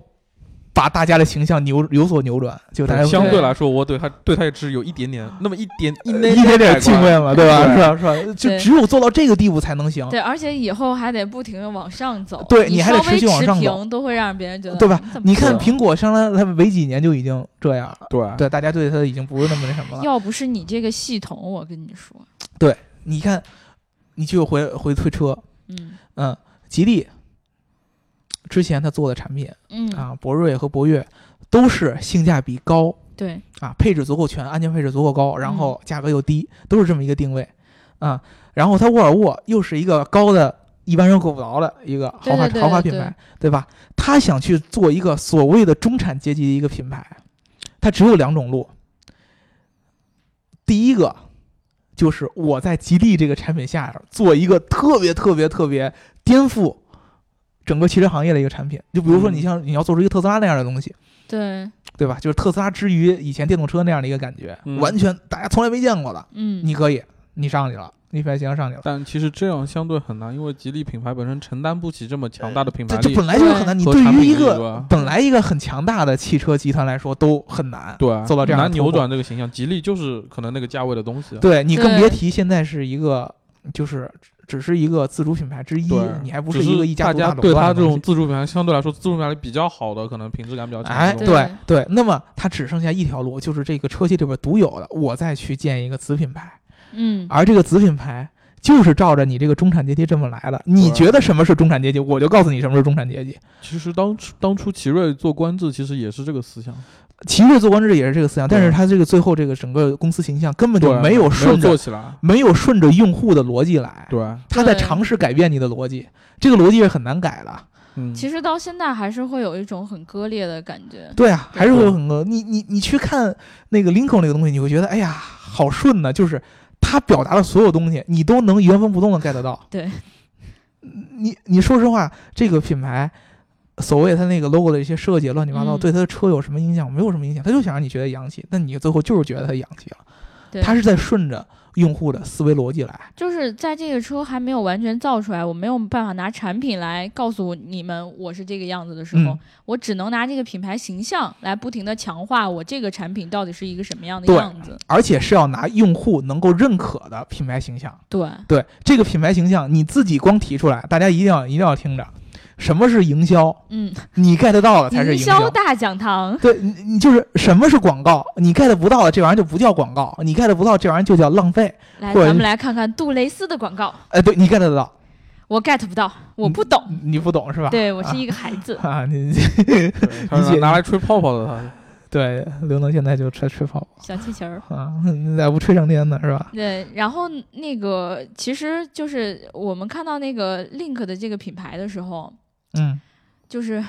[SPEAKER 2] 把大家的形象扭有所扭转，就大家
[SPEAKER 3] 相
[SPEAKER 1] 对
[SPEAKER 3] 对来说，我对他对他也只有一点点，那么一点一点
[SPEAKER 2] 一点点敬畏
[SPEAKER 3] 畏。
[SPEAKER 2] 了，对吧？
[SPEAKER 3] 对
[SPEAKER 2] 是吧？是吧？就
[SPEAKER 1] 对
[SPEAKER 2] 只有做到这个地步才能行，
[SPEAKER 1] 对，而且以后还得不停的往上走，
[SPEAKER 2] 啊对
[SPEAKER 1] 你
[SPEAKER 2] 你还得
[SPEAKER 1] 稍微
[SPEAKER 2] 持续往上
[SPEAKER 1] 持
[SPEAKER 2] 走
[SPEAKER 1] 平都会让别人觉得
[SPEAKER 2] 对吧？你看
[SPEAKER 1] 平，
[SPEAKER 2] 苹果商来它没几年就已经这样了，
[SPEAKER 3] 对
[SPEAKER 2] 对，大家对它已经不是那么那什么了。
[SPEAKER 1] 要不是你这个系统，我跟你说，
[SPEAKER 2] 你看，你就回回推车，
[SPEAKER 1] 嗯
[SPEAKER 2] 嗯，吉利之前他做的产品
[SPEAKER 1] 嗯，
[SPEAKER 2] 啊，博瑞和博越都是性价比高
[SPEAKER 1] 对，
[SPEAKER 2] 啊，配置足够全，安全配置足够高，
[SPEAKER 1] 嗯
[SPEAKER 2] 然后价格又低，都是这么一个定位啊。然后它沃尔沃又是一个高的，一般人够不着的一个豪
[SPEAKER 1] 对
[SPEAKER 2] 华
[SPEAKER 1] 对对
[SPEAKER 2] 豪华
[SPEAKER 1] 对
[SPEAKER 2] 品牌，对吧？他想去做一个所谓的中产阶级的一个品牌，它只有两种路。第一个就是我在吉利这个产品下做一个特别特别特别颠覆整个汽车行业的一个产品，就比如
[SPEAKER 1] 嗯
[SPEAKER 2] 说你像你要做出一个特斯拉那样的东西。
[SPEAKER 1] 对，
[SPEAKER 2] 对吧？就是特斯拉之于以前电动车那样的一个感觉，
[SPEAKER 3] 嗯
[SPEAKER 2] 完全大家从来没见过的。
[SPEAKER 1] 嗯，
[SPEAKER 2] 你可以，你上去了，你品牌形象上去了，
[SPEAKER 3] 但其实这样相对很难，因为吉利品牌本身承担不起这么强大的品牌
[SPEAKER 2] 这
[SPEAKER 3] 力
[SPEAKER 2] 这本来就是很难。你
[SPEAKER 3] 和
[SPEAKER 2] 对
[SPEAKER 3] 产
[SPEAKER 2] 于
[SPEAKER 3] 品
[SPEAKER 2] 一
[SPEAKER 3] 力
[SPEAKER 2] 个
[SPEAKER 3] 吧
[SPEAKER 2] 本来一个很强大的汽车集团来说都很难。
[SPEAKER 3] 对
[SPEAKER 2] 做到这样的
[SPEAKER 3] 难扭
[SPEAKER 2] 突破
[SPEAKER 3] 转这个形象。吉利就是可能那个价位的东西啊，
[SPEAKER 2] 对你更
[SPEAKER 1] 对
[SPEAKER 2] 别提现在是一个就是只是一个自主品牌之一
[SPEAKER 3] 对，
[SPEAKER 2] 你还不
[SPEAKER 3] 只
[SPEAKER 2] 是一个一家
[SPEAKER 3] 大
[SPEAKER 2] 独大
[SPEAKER 3] 家
[SPEAKER 2] 垄
[SPEAKER 3] 对它
[SPEAKER 2] 断的
[SPEAKER 3] 这
[SPEAKER 2] 东
[SPEAKER 3] 种
[SPEAKER 2] 西。
[SPEAKER 3] 自主品牌相对来说自主品牌比较好的，可能品质感比较强
[SPEAKER 2] 哎，
[SPEAKER 3] 的东西。
[SPEAKER 2] 对对，那么它只剩下一条路，就是这个车系里边独有的，我再去建一个子品牌。
[SPEAKER 1] 嗯，
[SPEAKER 2] 而这个子品牌就是照着你这个中产阶级这么来的。
[SPEAKER 3] 啊
[SPEAKER 2] 你觉得什么是中产阶级，我就告诉你什么是中产阶级。
[SPEAKER 3] 其实当初当初奇瑞做官制，其实也是这个思想，
[SPEAKER 2] 奇瑞做官制也是这个思想，
[SPEAKER 3] 对啊
[SPEAKER 2] 但是它这个最后这个整个公司形象根本就
[SPEAKER 3] 对，啊
[SPEAKER 2] 没有顺
[SPEAKER 3] 做
[SPEAKER 2] 着哎
[SPEAKER 3] 起来，
[SPEAKER 2] 没有顺着用户的逻辑来，
[SPEAKER 3] 对，啊
[SPEAKER 2] 它在
[SPEAKER 1] 对
[SPEAKER 2] 尝试改变你的逻辑，这个逻辑是很难改的。
[SPEAKER 3] 嗯，
[SPEAKER 1] 其实到现在还是会有一种很割裂的感觉，
[SPEAKER 2] 对啊，还是会
[SPEAKER 3] 对
[SPEAKER 2] 有很多你你你去看那个林肯那个东西，你会觉得哎呀好顺呢、就是他表达的所有东西，你都能原封不动的 get 到。
[SPEAKER 1] 对，
[SPEAKER 2] 你你说实话，这个品牌所谓它那个 logo 的一些设计乱七八糟，
[SPEAKER 1] 嗯
[SPEAKER 2] 对它的车有什么影响？没有什么影响，他就想让你觉得洋气，但你最后就是觉得它洋气了。
[SPEAKER 1] 对
[SPEAKER 2] 它是在顺着用户的思维逻辑来。
[SPEAKER 1] 就是在这个车还没有完全造出来，我没有办法拿产品来告诉你们我是这个样子的时候，
[SPEAKER 2] 嗯
[SPEAKER 1] 我只能拿这个品牌形象来不停的强化我这个产品到底是一个什么样的
[SPEAKER 2] 对
[SPEAKER 1] 样子。
[SPEAKER 2] 而且是要拿用户能够认可的品牌形象，
[SPEAKER 1] 对，
[SPEAKER 2] 对这个品牌形象，你自己光提出来，大家一定要一定要听着，什么是营销？
[SPEAKER 1] 嗯，
[SPEAKER 2] 你 get 到啊了才是
[SPEAKER 1] 营
[SPEAKER 2] 营销。
[SPEAKER 1] 销大讲堂，
[SPEAKER 2] 对你，你就是什么是广告？你 get 不到的这玩意儿就不叫广告，你 get 不到这玩意儿就叫浪费。
[SPEAKER 1] 来，
[SPEAKER 2] 或者
[SPEAKER 1] 咱们
[SPEAKER 2] 是
[SPEAKER 1] 来看看杜蕾斯的广告，
[SPEAKER 2] 哎，对你 get 得到，
[SPEAKER 1] 我 get 不到，我不懂，
[SPEAKER 2] 你不懂是吧？
[SPEAKER 1] 嗯对我是
[SPEAKER 2] 一
[SPEAKER 1] 一个孩子。
[SPEAKER 2] 嗯啊，你
[SPEAKER 3] 对它
[SPEAKER 2] 理
[SPEAKER 3] 是
[SPEAKER 2] 解
[SPEAKER 3] 拿来吹泡泡的，它是
[SPEAKER 2] 对刘能现在就吹吹泡
[SPEAKER 1] 小气球儿。
[SPEAKER 2] 泡啊，你咋不吹上天呢是吧？
[SPEAKER 1] 对，然后那个其实就是我们看到那个 Link 的这个品牌的时候，
[SPEAKER 2] 嗯
[SPEAKER 1] 就是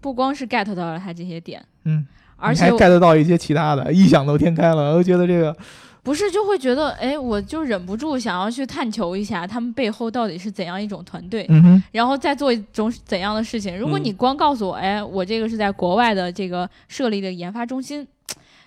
[SPEAKER 1] 不光是 get 到了它这些点，
[SPEAKER 2] 嗯，
[SPEAKER 1] 而
[SPEAKER 2] 你
[SPEAKER 1] 且
[SPEAKER 2] 还 get 到一些其他的，异想都天开了，我觉得这个
[SPEAKER 1] 不是就会觉得，哎，我就忍不住想要去探求一下他们背后到底是怎样一种团队，
[SPEAKER 2] 嗯哼，
[SPEAKER 1] 然后再做一种怎样的事情。如果你光告诉我，哎，我这个是在国外的这个设立的研发中心，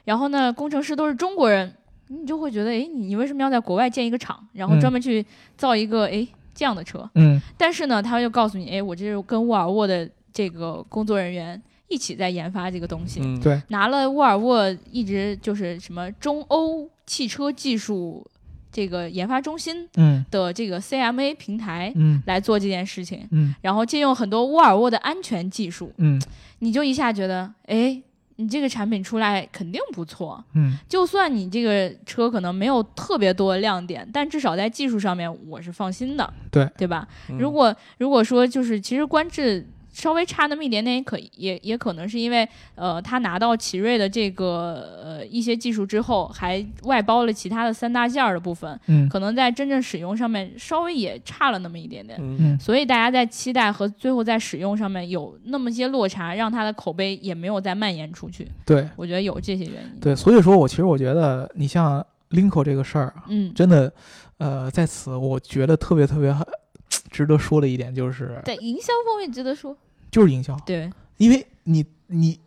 [SPEAKER 1] 然后呢，工程师都是中国人，你就会觉得，哎，你你为什么要在国外建一个厂，然后
[SPEAKER 2] 嗯
[SPEAKER 1] 专门去造一个，哎，这样的车？
[SPEAKER 2] 嗯
[SPEAKER 1] 但是呢，他又告诉你，哎，我这是跟沃尔沃的这个工作人员一起在研发这个东西，
[SPEAKER 3] 嗯，
[SPEAKER 2] 对
[SPEAKER 1] 拿了沃尔沃一直就是什么中欧汽车技术这个研发中心
[SPEAKER 2] 嗯
[SPEAKER 1] 的这个 CMA 平台
[SPEAKER 2] 嗯
[SPEAKER 1] 来做这件事情，
[SPEAKER 2] 嗯
[SPEAKER 1] 然后借用很多沃尔沃的安全技术，
[SPEAKER 2] 嗯
[SPEAKER 1] 你就一下觉得，哎，你这个产品出来肯定不错。
[SPEAKER 2] 嗯，
[SPEAKER 1] 就算你这个车可能没有特别多的亮点，但至少在技术上面我是放心的，
[SPEAKER 2] 对
[SPEAKER 1] 对吧？
[SPEAKER 3] 嗯
[SPEAKER 1] 如果如果说就是其实官至稍微差那么一点点，也可也也可能是因为呃，他拿到奇瑞的这个呃一些技术之后，还外包了其他的三大件儿的部分，
[SPEAKER 2] 嗯
[SPEAKER 1] 可能在真正使用上面稍微也差了那么一点点。
[SPEAKER 3] 嗯
[SPEAKER 2] 嗯
[SPEAKER 1] 所以大家在期待和最后在使用上面有那么些落差，让它的口碑也没有再蔓延出去。
[SPEAKER 2] 对
[SPEAKER 1] 我觉得有这些原因。
[SPEAKER 2] 对，所以说我其实我觉得你像 Linko 这个事儿啊，
[SPEAKER 1] 嗯，
[SPEAKER 2] 真的，呃，在此我觉得特别特别值得说的一点就是，
[SPEAKER 1] 在营销方面值得说。
[SPEAKER 2] 就是营销，
[SPEAKER 1] 对，
[SPEAKER 2] 因为你你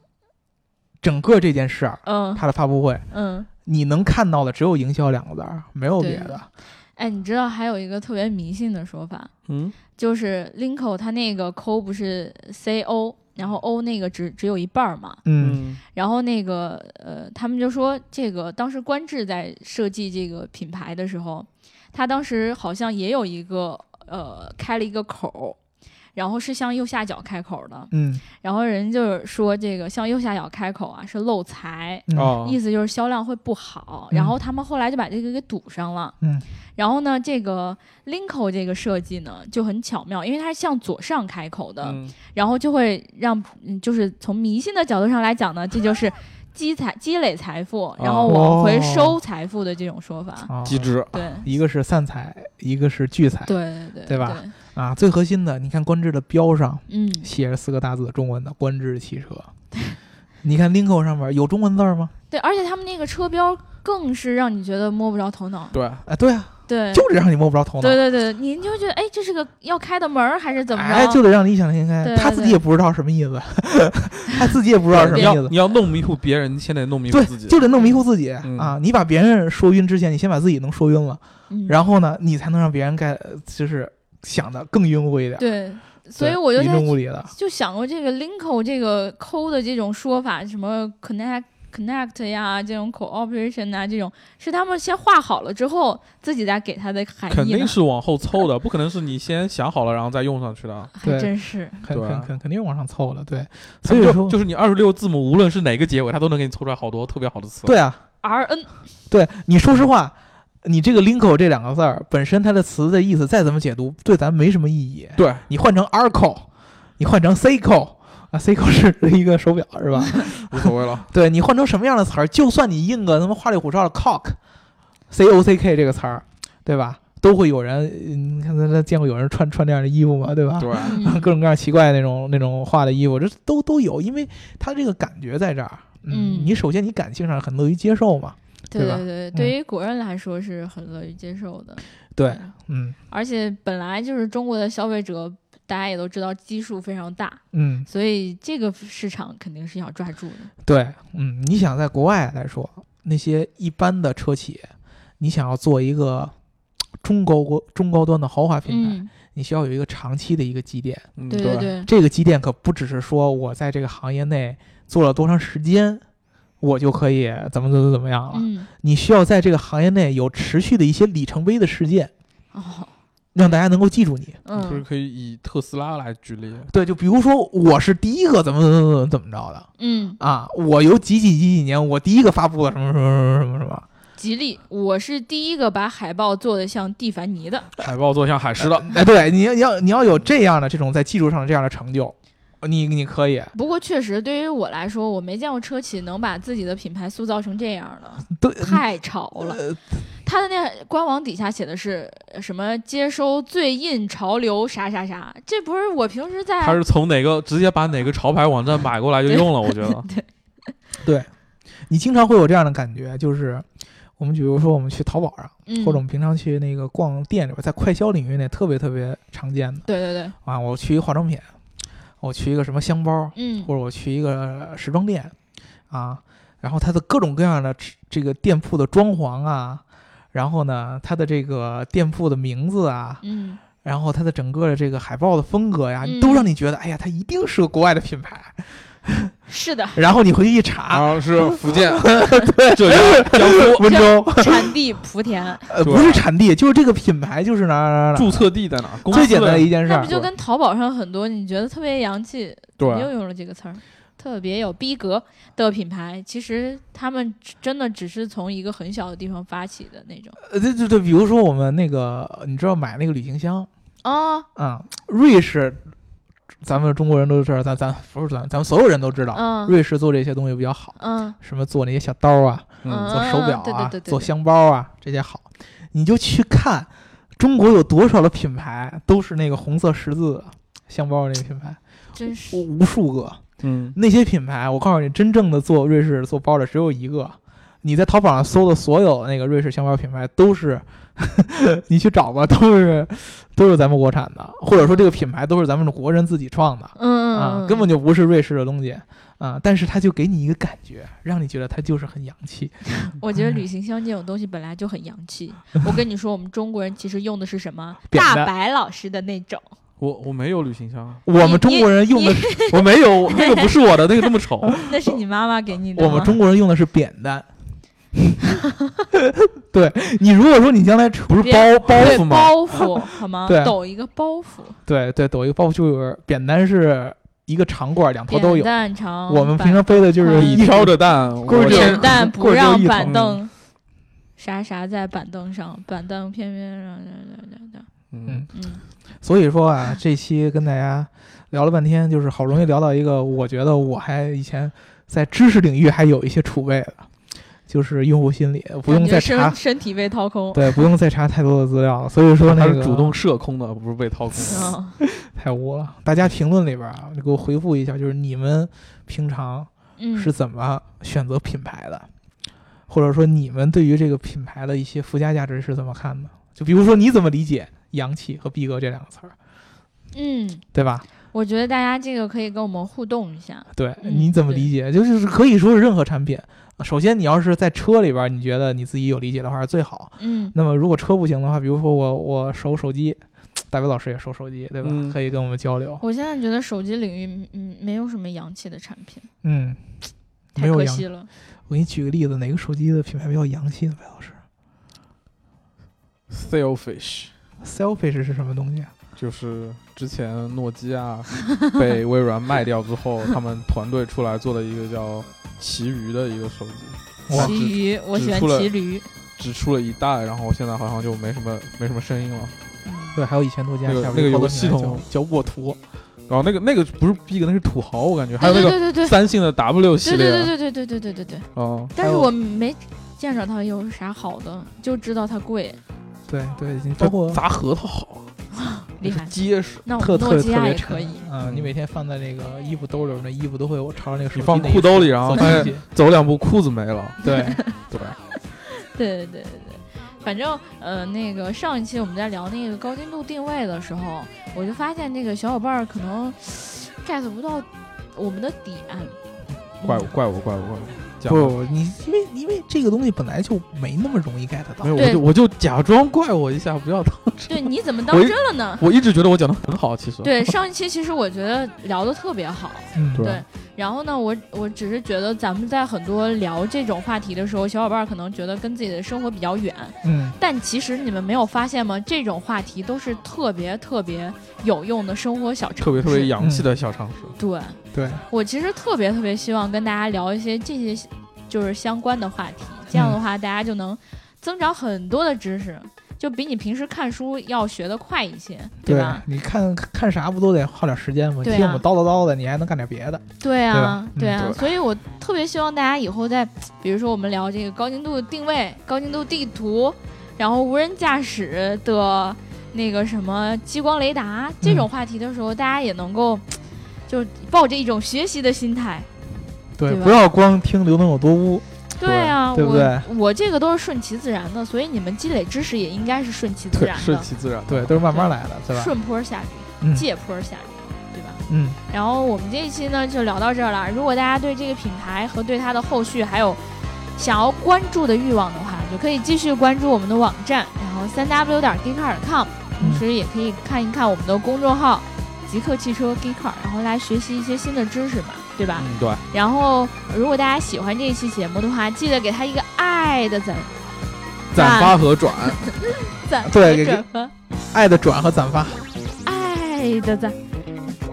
[SPEAKER 2] 整个这件事儿，
[SPEAKER 1] 嗯
[SPEAKER 2] 它的发布会，
[SPEAKER 1] 嗯，
[SPEAKER 2] 你能看到的只有营销两个字儿，没有别的。
[SPEAKER 1] 哎，你知道还有一个特别迷信的说法，
[SPEAKER 3] 嗯，
[SPEAKER 1] 就是 Linko 它那个 CO 不是 CO，然后 O 那个只只有一半儿嘛，
[SPEAKER 2] 嗯，
[SPEAKER 1] 然后那个呃，他们就说这个当时官至在设计这个品牌的时候，他当时好像也有一个呃开了一个口儿，然后是向右下角开口的，
[SPEAKER 2] 嗯
[SPEAKER 1] 然后人就是说这个向右下角开口啊是漏财。
[SPEAKER 2] 嗯
[SPEAKER 3] 哦，
[SPEAKER 1] 意思就是销量会不好，
[SPEAKER 2] 嗯
[SPEAKER 1] 然后他们后来就把这个给堵上了。
[SPEAKER 2] 嗯，
[SPEAKER 1] 然后呢，这个 Linko 这个设计呢就很巧妙，因为它是向左上开口的，
[SPEAKER 3] 嗯
[SPEAKER 1] 然后就会让，嗯就是从迷信的角度上来讲呢，这就是积财积累财富，然后往
[SPEAKER 2] 哦
[SPEAKER 1] 回收财富的这种说法。
[SPEAKER 2] 啊
[SPEAKER 3] 机制，
[SPEAKER 1] 对
[SPEAKER 2] 一个是散财，一个是聚财
[SPEAKER 1] 对对
[SPEAKER 2] 对吧？啊。最核心的，你看官至的标上
[SPEAKER 1] 嗯，
[SPEAKER 2] 写着四个大字中文的“官至汽车”，你看 Linko 上面有中文字儿吗？
[SPEAKER 1] 对，而且他们那个车标更是让你觉得摸不着头脑。
[SPEAKER 3] 对，
[SPEAKER 2] 啊，对啊，
[SPEAKER 1] 对，
[SPEAKER 2] 就得让你摸不着头脑。
[SPEAKER 1] 嗯对对对，您就觉得哎，这是个要开的门儿还是怎么着？
[SPEAKER 2] 哎，就得让你异想天开。
[SPEAKER 1] 对
[SPEAKER 2] 他
[SPEAKER 1] 对
[SPEAKER 2] 自己也不知道什么意思，他自己也不知道什么
[SPEAKER 3] 你
[SPEAKER 2] 意
[SPEAKER 3] 要
[SPEAKER 2] 思。
[SPEAKER 3] 你要弄迷糊别人，你先得弄迷糊
[SPEAKER 2] 对
[SPEAKER 3] 自己，，
[SPEAKER 2] 就得弄迷糊自己、
[SPEAKER 3] 嗯
[SPEAKER 2] 啊！你把别人说晕之前，你先把自己能说晕了，
[SPEAKER 1] 嗯
[SPEAKER 2] 然后呢，你才能让别人该就是想的更晕乎一点。
[SPEAKER 1] 对，
[SPEAKER 2] 对，
[SPEAKER 1] 所以我就
[SPEAKER 2] 云
[SPEAKER 1] 在
[SPEAKER 2] 中物理的，
[SPEAKER 1] 就想过这个 linko 这个抠的这种说法，什么 connect connect 呀，这种 cooperation 啊，这种是他们先画好了之后，自己再给它的含
[SPEAKER 3] 肯
[SPEAKER 1] 义
[SPEAKER 3] 定
[SPEAKER 1] 呢。
[SPEAKER 3] 是往后凑的，不可能是你先想好了然后再用上去的。
[SPEAKER 1] 还
[SPEAKER 2] 对
[SPEAKER 1] 真是，
[SPEAKER 2] 肯
[SPEAKER 3] 对啊
[SPEAKER 2] 肯肯肯定是往上凑的，对。
[SPEAKER 3] 他
[SPEAKER 2] 所以
[SPEAKER 3] 们
[SPEAKER 2] 说，
[SPEAKER 3] 就就是你二十六字母，无论是哪个结尾，它都能给你凑出来好多特别好的词。
[SPEAKER 2] 对啊，
[SPEAKER 1] R N
[SPEAKER 2] 对，你说实话，你这个 linko 这两个字儿本身它的词的意思再怎么解读，对咱没什么意义。
[SPEAKER 3] 对，
[SPEAKER 2] 你换成 arco，你换成 seiko 啊，seiko 是 一个手表是吧？
[SPEAKER 3] 无所谓了。
[SPEAKER 2] 对你换成什么样的词儿，就算你印个他妈花里胡哨的 cock，c o c k 这个词儿，对吧？都会有人，嗯你看咱咱见过有人穿穿这样的衣服吗？对吧？
[SPEAKER 3] 对，
[SPEAKER 1] 嗯
[SPEAKER 2] 各种各样奇怪的那种那种画的衣服，这都都有，因为他这个感觉在这儿。
[SPEAKER 1] 嗯
[SPEAKER 2] 你首先你感性上很乐于接受嘛，
[SPEAKER 1] 对
[SPEAKER 2] 对吧
[SPEAKER 1] 对对，对于国人来说是很乐于接受的。
[SPEAKER 2] 对，嗯
[SPEAKER 1] 而且本来就是中国的消费者，大家也都知道基数非常大，
[SPEAKER 2] 嗯，
[SPEAKER 1] 所以这个市场肯定是要抓住的。
[SPEAKER 2] 对，嗯，你想在国外来说，那些一般的车企，你想要做一个中高国中高端的豪华品牌，
[SPEAKER 1] 嗯，
[SPEAKER 2] 你需要有一个长期的一个积淀。
[SPEAKER 3] 嗯
[SPEAKER 1] 对对对，
[SPEAKER 2] 这个积淀可不只是说我在这个行业内做了多长时间，我就可以怎么怎么怎么样了。
[SPEAKER 1] 嗯，
[SPEAKER 2] 你需要在这个行业内有持续的一些里程碑的事件，
[SPEAKER 1] 哦，
[SPEAKER 2] 让大家能够记住你。
[SPEAKER 3] 就是
[SPEAKER 1] 嗯
[SPEAKER 3] 可以以特斯拉来举例，
[SPEAKER 2] 对，就比如说我是第一个怎么怎么怎么怎么着的
[SPEAKER 1] 嗯，
[SPEAKER 2] 啊，我有几几几几年我第一个发布了什么什么什么什么什么，
[SPEAKER 1] 吉利，我是第一个把海报做的像蒂凡尼的。
[SPEAKER 3] 海报做像海狮
[SPEAKER 1] 嗯
[SPEAKER 3] 的，
[SPEAKER 2] 哎，对，你要你要你要有这样的这种在技术上的这样的成就，你你可以，
[SPEAKER 1] 不过确实，对于我来说，我没见过车企能把自己的品牌塑造成这样的，
[SPEAKER 2] 对，
[SPEAKER 1] 太潮了。
[SPEAKER 2] 呃
[SPEAKER 1] 它的那官网底下写的是呃什么“接收最印潮流啥啥啥”，这不是我平时在
[SPEAKER 3] 它是从哪个直接把哪个潮牌网站买过来就用了，我觉得。
[SPEAKER 2] 你经常会有这样的感觉，就是我们比如说我们去淘宝上。
[SPEAKER 1] 嗯，
[SPEAKER 2] 或者我们平常去那个逛店里边，在快消领域内特别特别常见的
[SPEAKER 1] 对对对，
[SPEAKER 2] 啊，我去一个化妆品，我去一个什么箱包，
[SPEAKER 1] 嗯
[SPEAKER 2] 或者我去一个时装店啊，然后它的各种各样的吃这个店铺的装潢啊，然后呢，它的这个店铺的名字啊，
[SPEAKER 1] 嗯，
[SPEAKER 2] 然后它的整个的这个海报的风格呀，
[SPEAKER 1] 嗯
[SPEAKER 2] 都让你觉得，哎呀，它一定是个国外的品 牌。
[SPEAKER 1] 是的，
[SPEAKER 2] 然后你回去一 查，
[SPEAKER 3] 后是 福 建、浙 江、啊江苏，
[SPEAKER 2] 温州
[SPEAKER 1] 产地莆田，
[SPEAKER 2] 呃
[SPEAKER 3] 对
[SPEAKER 2] 不是产地，就是这个品牌就是哪儿哪儿哪儿哪儿。
[SPEAKER 3] 注册地在哪？公司
[SPEAKER 2] 最简单的
[SPEAKER 3] 在
[SPEAKER 2] 一件事
[SPEAKER 1] 那
[SPEAKER 2] 儿
[SPEAKER 1] 不，就跟淘宝上很多你觉得特别洋气，
[SPEAKER 3] 对
[SPEAKER 1] 你又用了这个词儿，特别有逼格的品牌，其实他们只真的只是从一个很小的地方发起的那种。
[SPEAKER 2] 呃，对对对，比如说我们那个，你知道买那个旅行箱
[SPEAKER 1] 哦，
[SPEAKER 2] 啊、瑞士，咱们中国人都知道，咱咱不是咱，咱们所有人都知道，
[SPEAKER 1] 嗯
[SPEAKER 2] 啊瑞士做这些东西比较好，
[SPEAKER 1] 嗯
[SPEAKER 2] 什么做那些小刀啊，
[SPEAKER 3] 嗯
[SPEAKER 1] 嗯，
[SPEAKER 2] 做手表啊，
[SPEAKER 1] 对对对对对
[SPEAKER 2] 做箱包啊，这些好。你就去看中国有多少的品牌都是那个红色十字箱包那个品牌，
[SPEAKER 1] 真是
[SPEAKER 2] 无无数个。
[SPEAKER 3] 嗯，
[SPEAKER 2] 那些品牌，我告诉你，真正的做瑞士做包的只有一个。你在淘宝上搜的所有那个瑞士箱包品牌，都是 你去找吧，都是都是咱们国产的，或者说这个品牌都是咱们国人自己创的
[SPEAKER 1] 嗯嗯
[SPEAKER 2] 啊，
[SPEAKER 1] 嗯，
[SPEAKER 2] 根本就不是瑞士的东西啊、但是它就给你一个感觉，让你觉得它就是很洋气。
[SPEAKER 1] 我觉得旅行箱这种东西本来就很洋气。我跟你说，我们中国人其实用的是什么？
[SPEAKER 2] 扁
[SPEAKER 1] 大
[SPEAKER 2] 担
[SPEAKER 1] 白老师的那种。
[SPEAKER 3] 我我没有旅行箱，啊
[SPEAKER 2] 我们中国人用的是，
[SPEAKER 3] 我没有，那个不是我的，那个那么丑。
[SPEAKER 1] 那是你妈妈给你的
[SPEAKER 2] 我
[SPEAKER 1] 吗？
[SPEAKER 2] 们中国人用的是扁 担。对你，如果说你将来不是
[SPEAKER 1] 别
[SPEAKER 2] 包包
[SPEAKER 1] 对
[SPEAKER 2] 袱吗？
[SPEAKER 1] 包袱好吗？
[SPEAKER 2] 对
[SPEAKER 1] 抖一个包袱，
[SPEAKER 2] 对对，抖一个包袱就是扁担，是一个长棍儿，两头都
[SPEAKER 1] 扁
[SPEAKER 2] 有。
[SPEAKER 1] 担长，
[SPEAKER 2] 我们平常背的就是
[SPEAKER 1] 嗯
[SPEAKER 2] 一
[SPEAKER 3] 你挑着担，
[SPEAKER 2] 棍
[SPEAKER 3] 我
[SPEAKER 1] 板
[SPEAKER 2] 儿就
[SPEAKER 1] 扁
[SPEAKER 3] 先
[SPEAKER 1] 担不
[SPEAKER 2] 棍儿就
[SPEAKER 1] 让
[SPEAKER 2] 一
[SPEAKER 1] 板
[SPEAKER 2] 头
[SPEAKER 1] 凳，啥啥在板凳上，板凳偏偏让
[SPEAKER 3] 嗯，
[SPEAKER 1] 嗯，
[SPEAKER 2] 所以说啊，这期跟大家聊了半天，就是好容易聊到一个，我觉得我还以前在知识领域还有一些储备的，就是用户心理，不用
[SPEAKER 1] 感觉
[SPEAKER 2] 再查
[SPEAKER 1] 身，身体被掏空。
[SPEAKER 2] 对，不用再查太多的资料了。所以说那
[SPEAKER 3] 他
[SPEAKER 2] 个
[SPEAKER 3] 是主动射空的，不是被掏空的。
[SPEAKER 1] 嗯，
[SPEAKER 2] 太污了。大家评论里边啊，你给我回复一下，就是你们平常
[SPEAKER 1] 嗯，
[SPEAKER 2] 是怎么选择品牌的，或者说你们对于这个品牌的一些附加价值是怎么看的？就比如说你怎么理解“洋气”和“逼格”这两个词儿，
[SPEAKER 1] 嗯，
[SPEAKER 2] 对吧？
[SPEAKER 1] 我觉得大家这个可以跟我们互动一下。
[SPEAKER 2] 对，
[SPEAKER 1] 嗯
[SPEAKER 2] 你怎么
[SPEAKER 1] 对
[SPEAKER 2] 理解？就是可以说是任何产品。首先，你要是在车里边儿，你觉得你自己有理解的话是最好。
[SPEAKER 1] 嗯，
[SPEAKER 2] 那么，如果车不行的话，比如说我我手手机，大伟老师也收手机，对吧？
[SPEAKER 3] 嗯
[SPEAKER 2] 可以跟我们交流。
[SPEAKER 1] 我现在觉得手机领域，嗯，没有什么洋气的产品，
[SPEAKER 2] 嗯，没
[SPEAKER 1] 太
[SPEAKER 2] 有
[SPEAKER 1] 可
[SPEAKER 2] 洋
[SPEAKER 1] 惜。了。
[SPEAKER 2] 我给你举个例子，哪个手机的品牌比较洋气呢？白老师
[SPEAKER 3] Selfish
[SPEAKER 2] ，Selfish 是什么东西啊？
[SPEAKER 3] 就是之前诺基亚被微软卖掉之后，他们团队出来做了一个叫奇鱼的一个手机，哇
[SPEAKER 1] 骑
[SPEAKER 3] 只
[SPEAKER 1] 驴，我
[SPEAKER 3] 只
[SPEAKER 1] 喜欢
[SPEAKER 3] 出了
[SPEAKER 1] 骑驴。
[SPEAKER 3] 只出了一代，然后现在好像就没什么没什么声音了。
[SPEAKER 1] 嗯
[SPEAKER 2] 对，还有以前诺基亚
[SPEAKER 3] 那个
[SPEAKER 2] 下边
[SPEAKER 3] 那个
[SPEAKER 2] 有
[SPEAKER 3] 有
[SPEAKER 2] 个
[SPEAKER 3] 个
[SPEAKER 2] 品
[SPEAKER 3] 系
[SPEAKER 2] 牌
[SPEAKER 3] 统
[SPEAKER 2] 叫叫沃图，
[SPEAKER 3] 然后那个那个不是逼格，那是土豪，我感觉。还
[SPEAKER 1] 对
[SPEAKER 3] 有那
[SPEAKER 1] 对
[SPEAKER 3] 个
[SPEAKER 1] 对对对
[SPEAKER 3] 三星的 W 系
[SPEAKER 1] 对
[SPEAKER 3] 列，
[SPEAKER 1] 对对
[SPEAKER 3] 啊
[SPEAKER 1] 对对对对对对对。
[SPEAKER 3] 嗯，
[SPEAKER 1] 但
[SPEAKER 2] 啊还
[SPEAKER 1] 是
[SPEAKER 2] 有
[SPEAKER 1] 我没见着它有啥好的，就知道它贵，
[SPEAKER 2] 对对，你包括
[SPEAKER 3] 砸核桃好，
[SPEAKER 1] 厉害。
[SPEAKER 3] 结实。
[SPEAKER 1] 那我
[SPEAKER 2] 特
[SPEAKER 1] 们诺
[SPEAKER 2] 特
[SPEAKER 1] 基
[SPEAKER 2] 特
[SPEAKER 1] 亚
[SPEAKER 2] 别
[SPEAKER 1] 也
[SPEAKER 2] 沉
[SPEAKER 1] 可以。
[SPEAKER 2] 啊！你每天放在那个衣服兜里边儿，那衣服都会有朝着那个手
[SPEAKER 3] 你
[SPEAKER 2] 机
[SPEAKER 3] 放
[SPEAKER 2] 那一
[SPEAKER 3] 裤兜里，然后
[SPEAKER 2] 侧
[SPEAKER 3] 发
[SPEAKER 2] 倾
[SPEAKER 3] 现
[SPEAKER 2] 斜
[SPEAKER 3] 走两步裤子没了。
[SPEAKER 2] 对。
[SPEAKER 3] 对，
[SPEAKER 1] 对对对对对，反正呃，那个上一期我们在聊那个高精度定位的时候，我就发现那个小伙伴儿可能 get 不到我们的点。
[SPEAKER 3] 怪我怪我怪我怪我。讲吧
[SPEAKER 2] 不，你因为因为这个东西本来就没那么容易 get 到
[SPEAKER 3] 没。有，我
[SPEAKER 1] 对
[SPEAKER 3] 就我就假装怪我一下，不要当真。
[SPEAKER 1] 对，你怎么当
[SPEAKER 3] 我一
[SPEAKER 1] 真了呢？
[SPEAKER 3] 我一直觉得我讲的很好，其实。
[SPEAKER 1] 对，上一期其实我觉得聊的特别好。
[SPEAKER 2] 嗯，
[SPEAKER 3] 对
[SPEAKER 1] 对，然后呢，我我只是觉得咱们在很多聊这种话题的时候，小伙伴儿可能觉得跟自己的生活比较远，
[SPEAKER 2] 嗯，
[SPEAKER 1] 但其实你们没有发现吗？这种话题都是特别特别有用的生活小常识，
[SPEAKER 3] 特别特别洋气的小常识。
[SPEAKER 1] 对
[SPEAKER 2] 对，
[SPEAKER 1] 我其实特别特别希望跟大家聊一些这些就是相关的话题，这样的话大家就能增长很多的知识，就比你平时看书要学得快一些，对
[SPEAKER 2] 对
[SPEAKER 1] 吧？，
[SPEAKER 2] 你看看啥不都得花点时间吗？
[SPEAKER 1] 对啊
[SPEAKER 2] 听我们叨叨叨的，你还能干点别的。
[SPEAKER 1] 对啊，
[SPEAKER 2] 对吧嗯
[SPEAKER 1] 啊，
[SPEAKER 3] 对
[SPEAKER 1] 所以我特别希望大家以后在，比如说我们聊这个高精度定位、高精度地图，然后无人驾驶的那个什么激光雷达这种话题的时候，大家也能够就抱着一种学习的心态。
[SPEAKER 2] 对
[SPEAKER 1] 对吧
[SPEAKER 2] 不要光听刘能有多污。
[SPEAKER 1] 对啊，
[SPEAKER 2] 对对不对
[SPEAKER 1] 我我这个都是顺其自然的，所以你们积累知识也应该是顺其自然
[SPEAKER 3] 顺
[SPEAKER 1] 的，
[SPEAKER 3] 其自然。
[SPEAKER 2] 对，都是慢慢来的，对吧？
[SPEAKER 1] 顺坡下驴，
[SPEAKER 2] 嗯
[SPEAKER 1] 借坡下驴，对吧？
[SPEAKER 2] 嗯，
[SPEAKER 1] 然后我们这一期呢就聊到这儿了。如果大家对这个品牌和对它的后续还有想要关注的欲望的话，就可以继续关注我们的网站，然后三 w 点 geekcar.com，同
[SPEAKER 2] 嗯
[SPEAKER 1] 时也可以看一看我们的公众号“极客汽车 geekcar”，然后来学习一些新的知识嘛，对吧？
[SPEAKER 3] 嗯，对，
[SPEAKER 1] 然后如果大家喜欢这一期节目的话，记得给它一个爱的赞
[SPEAKER 3] 转发和转，
[SPEAKER 1] 赞
[SPEAKER 2] 对
[SPEAKER 1] 和
[SPEAKER 2] 给
[SPEAKER 1] 转发，
[SPEAKER 2] 爱的转和转发，
[SPEAKER 1] 爱的赞，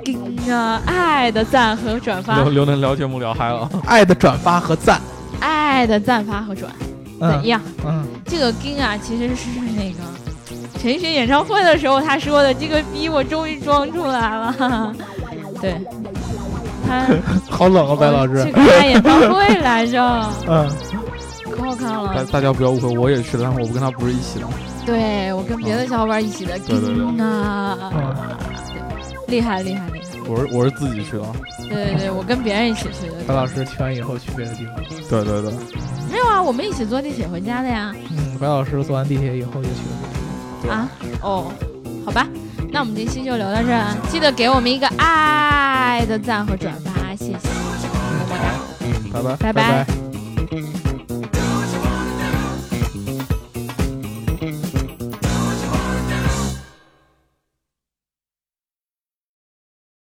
[SPEAKER 1] 给啊爱的赞和转发嗯
[SPEAKER 3] 刘，刘能聊节目聊嗨了。
[SPEAKER 2] 爱的转发和赞。
[SPEAKER 1] 爱的赞发和转，
[SPEAKER 2] 嗯
[SPEAKER 1] 怎样？
[SPEAKER 2] 嗯，
[SPEAKER 1] 这个金啊，其实是那个陈奕迅演唱会的时候他说的，这个逼我终于装出来了。 哈哈对，他
[SPEAKER 2] 好冷啊，白老
[SPEAKER 1] 我
[SPEAKER 2] 师
[SPEAKER 1] 去。看演唱会来 着，
[SPEAKER 2] 嗯，
[SPEAKER 1] 可好看
[SPEAKER 3] 大
[SPEAKER 1] 了。
[SPEAKER 3] 大家不要误会，我也去了，但是我不跟他不是一起的。
[SPEAKER 1] 对我跟别的小伙伴一起的
[SPEAKER 3] 对对对
[SPEAKER 1] 金啊，
[SPEAKER 2] 哦
[SPEAKER 1] 厉害厉害厉害。
[SPEAKER 3] 我是我是自己去的。
[SPEAKER 1] 对对对，我跟别人一起去的。
[SPEAKER 2] 白老师去完以后去别的地方。
[SPEAKER 3] 对对对
[SPEAKER 1] 没有啊，我们一起坐地铁回家的呀。
[SPEAKER 2] 嗯，白老师坐完地铁以后就去了。
[SPEAKER 3] 对。
[SPEAKER 1] 啊，哦，好吧，那我们这期就聊到这儿啊，记得给我们一个爱的赞和转发，谢谢，拜拜。
[SPEAKER 4] 拜拜。
[SPEAKER 5] 拜
[SPEAKER 2] 拜。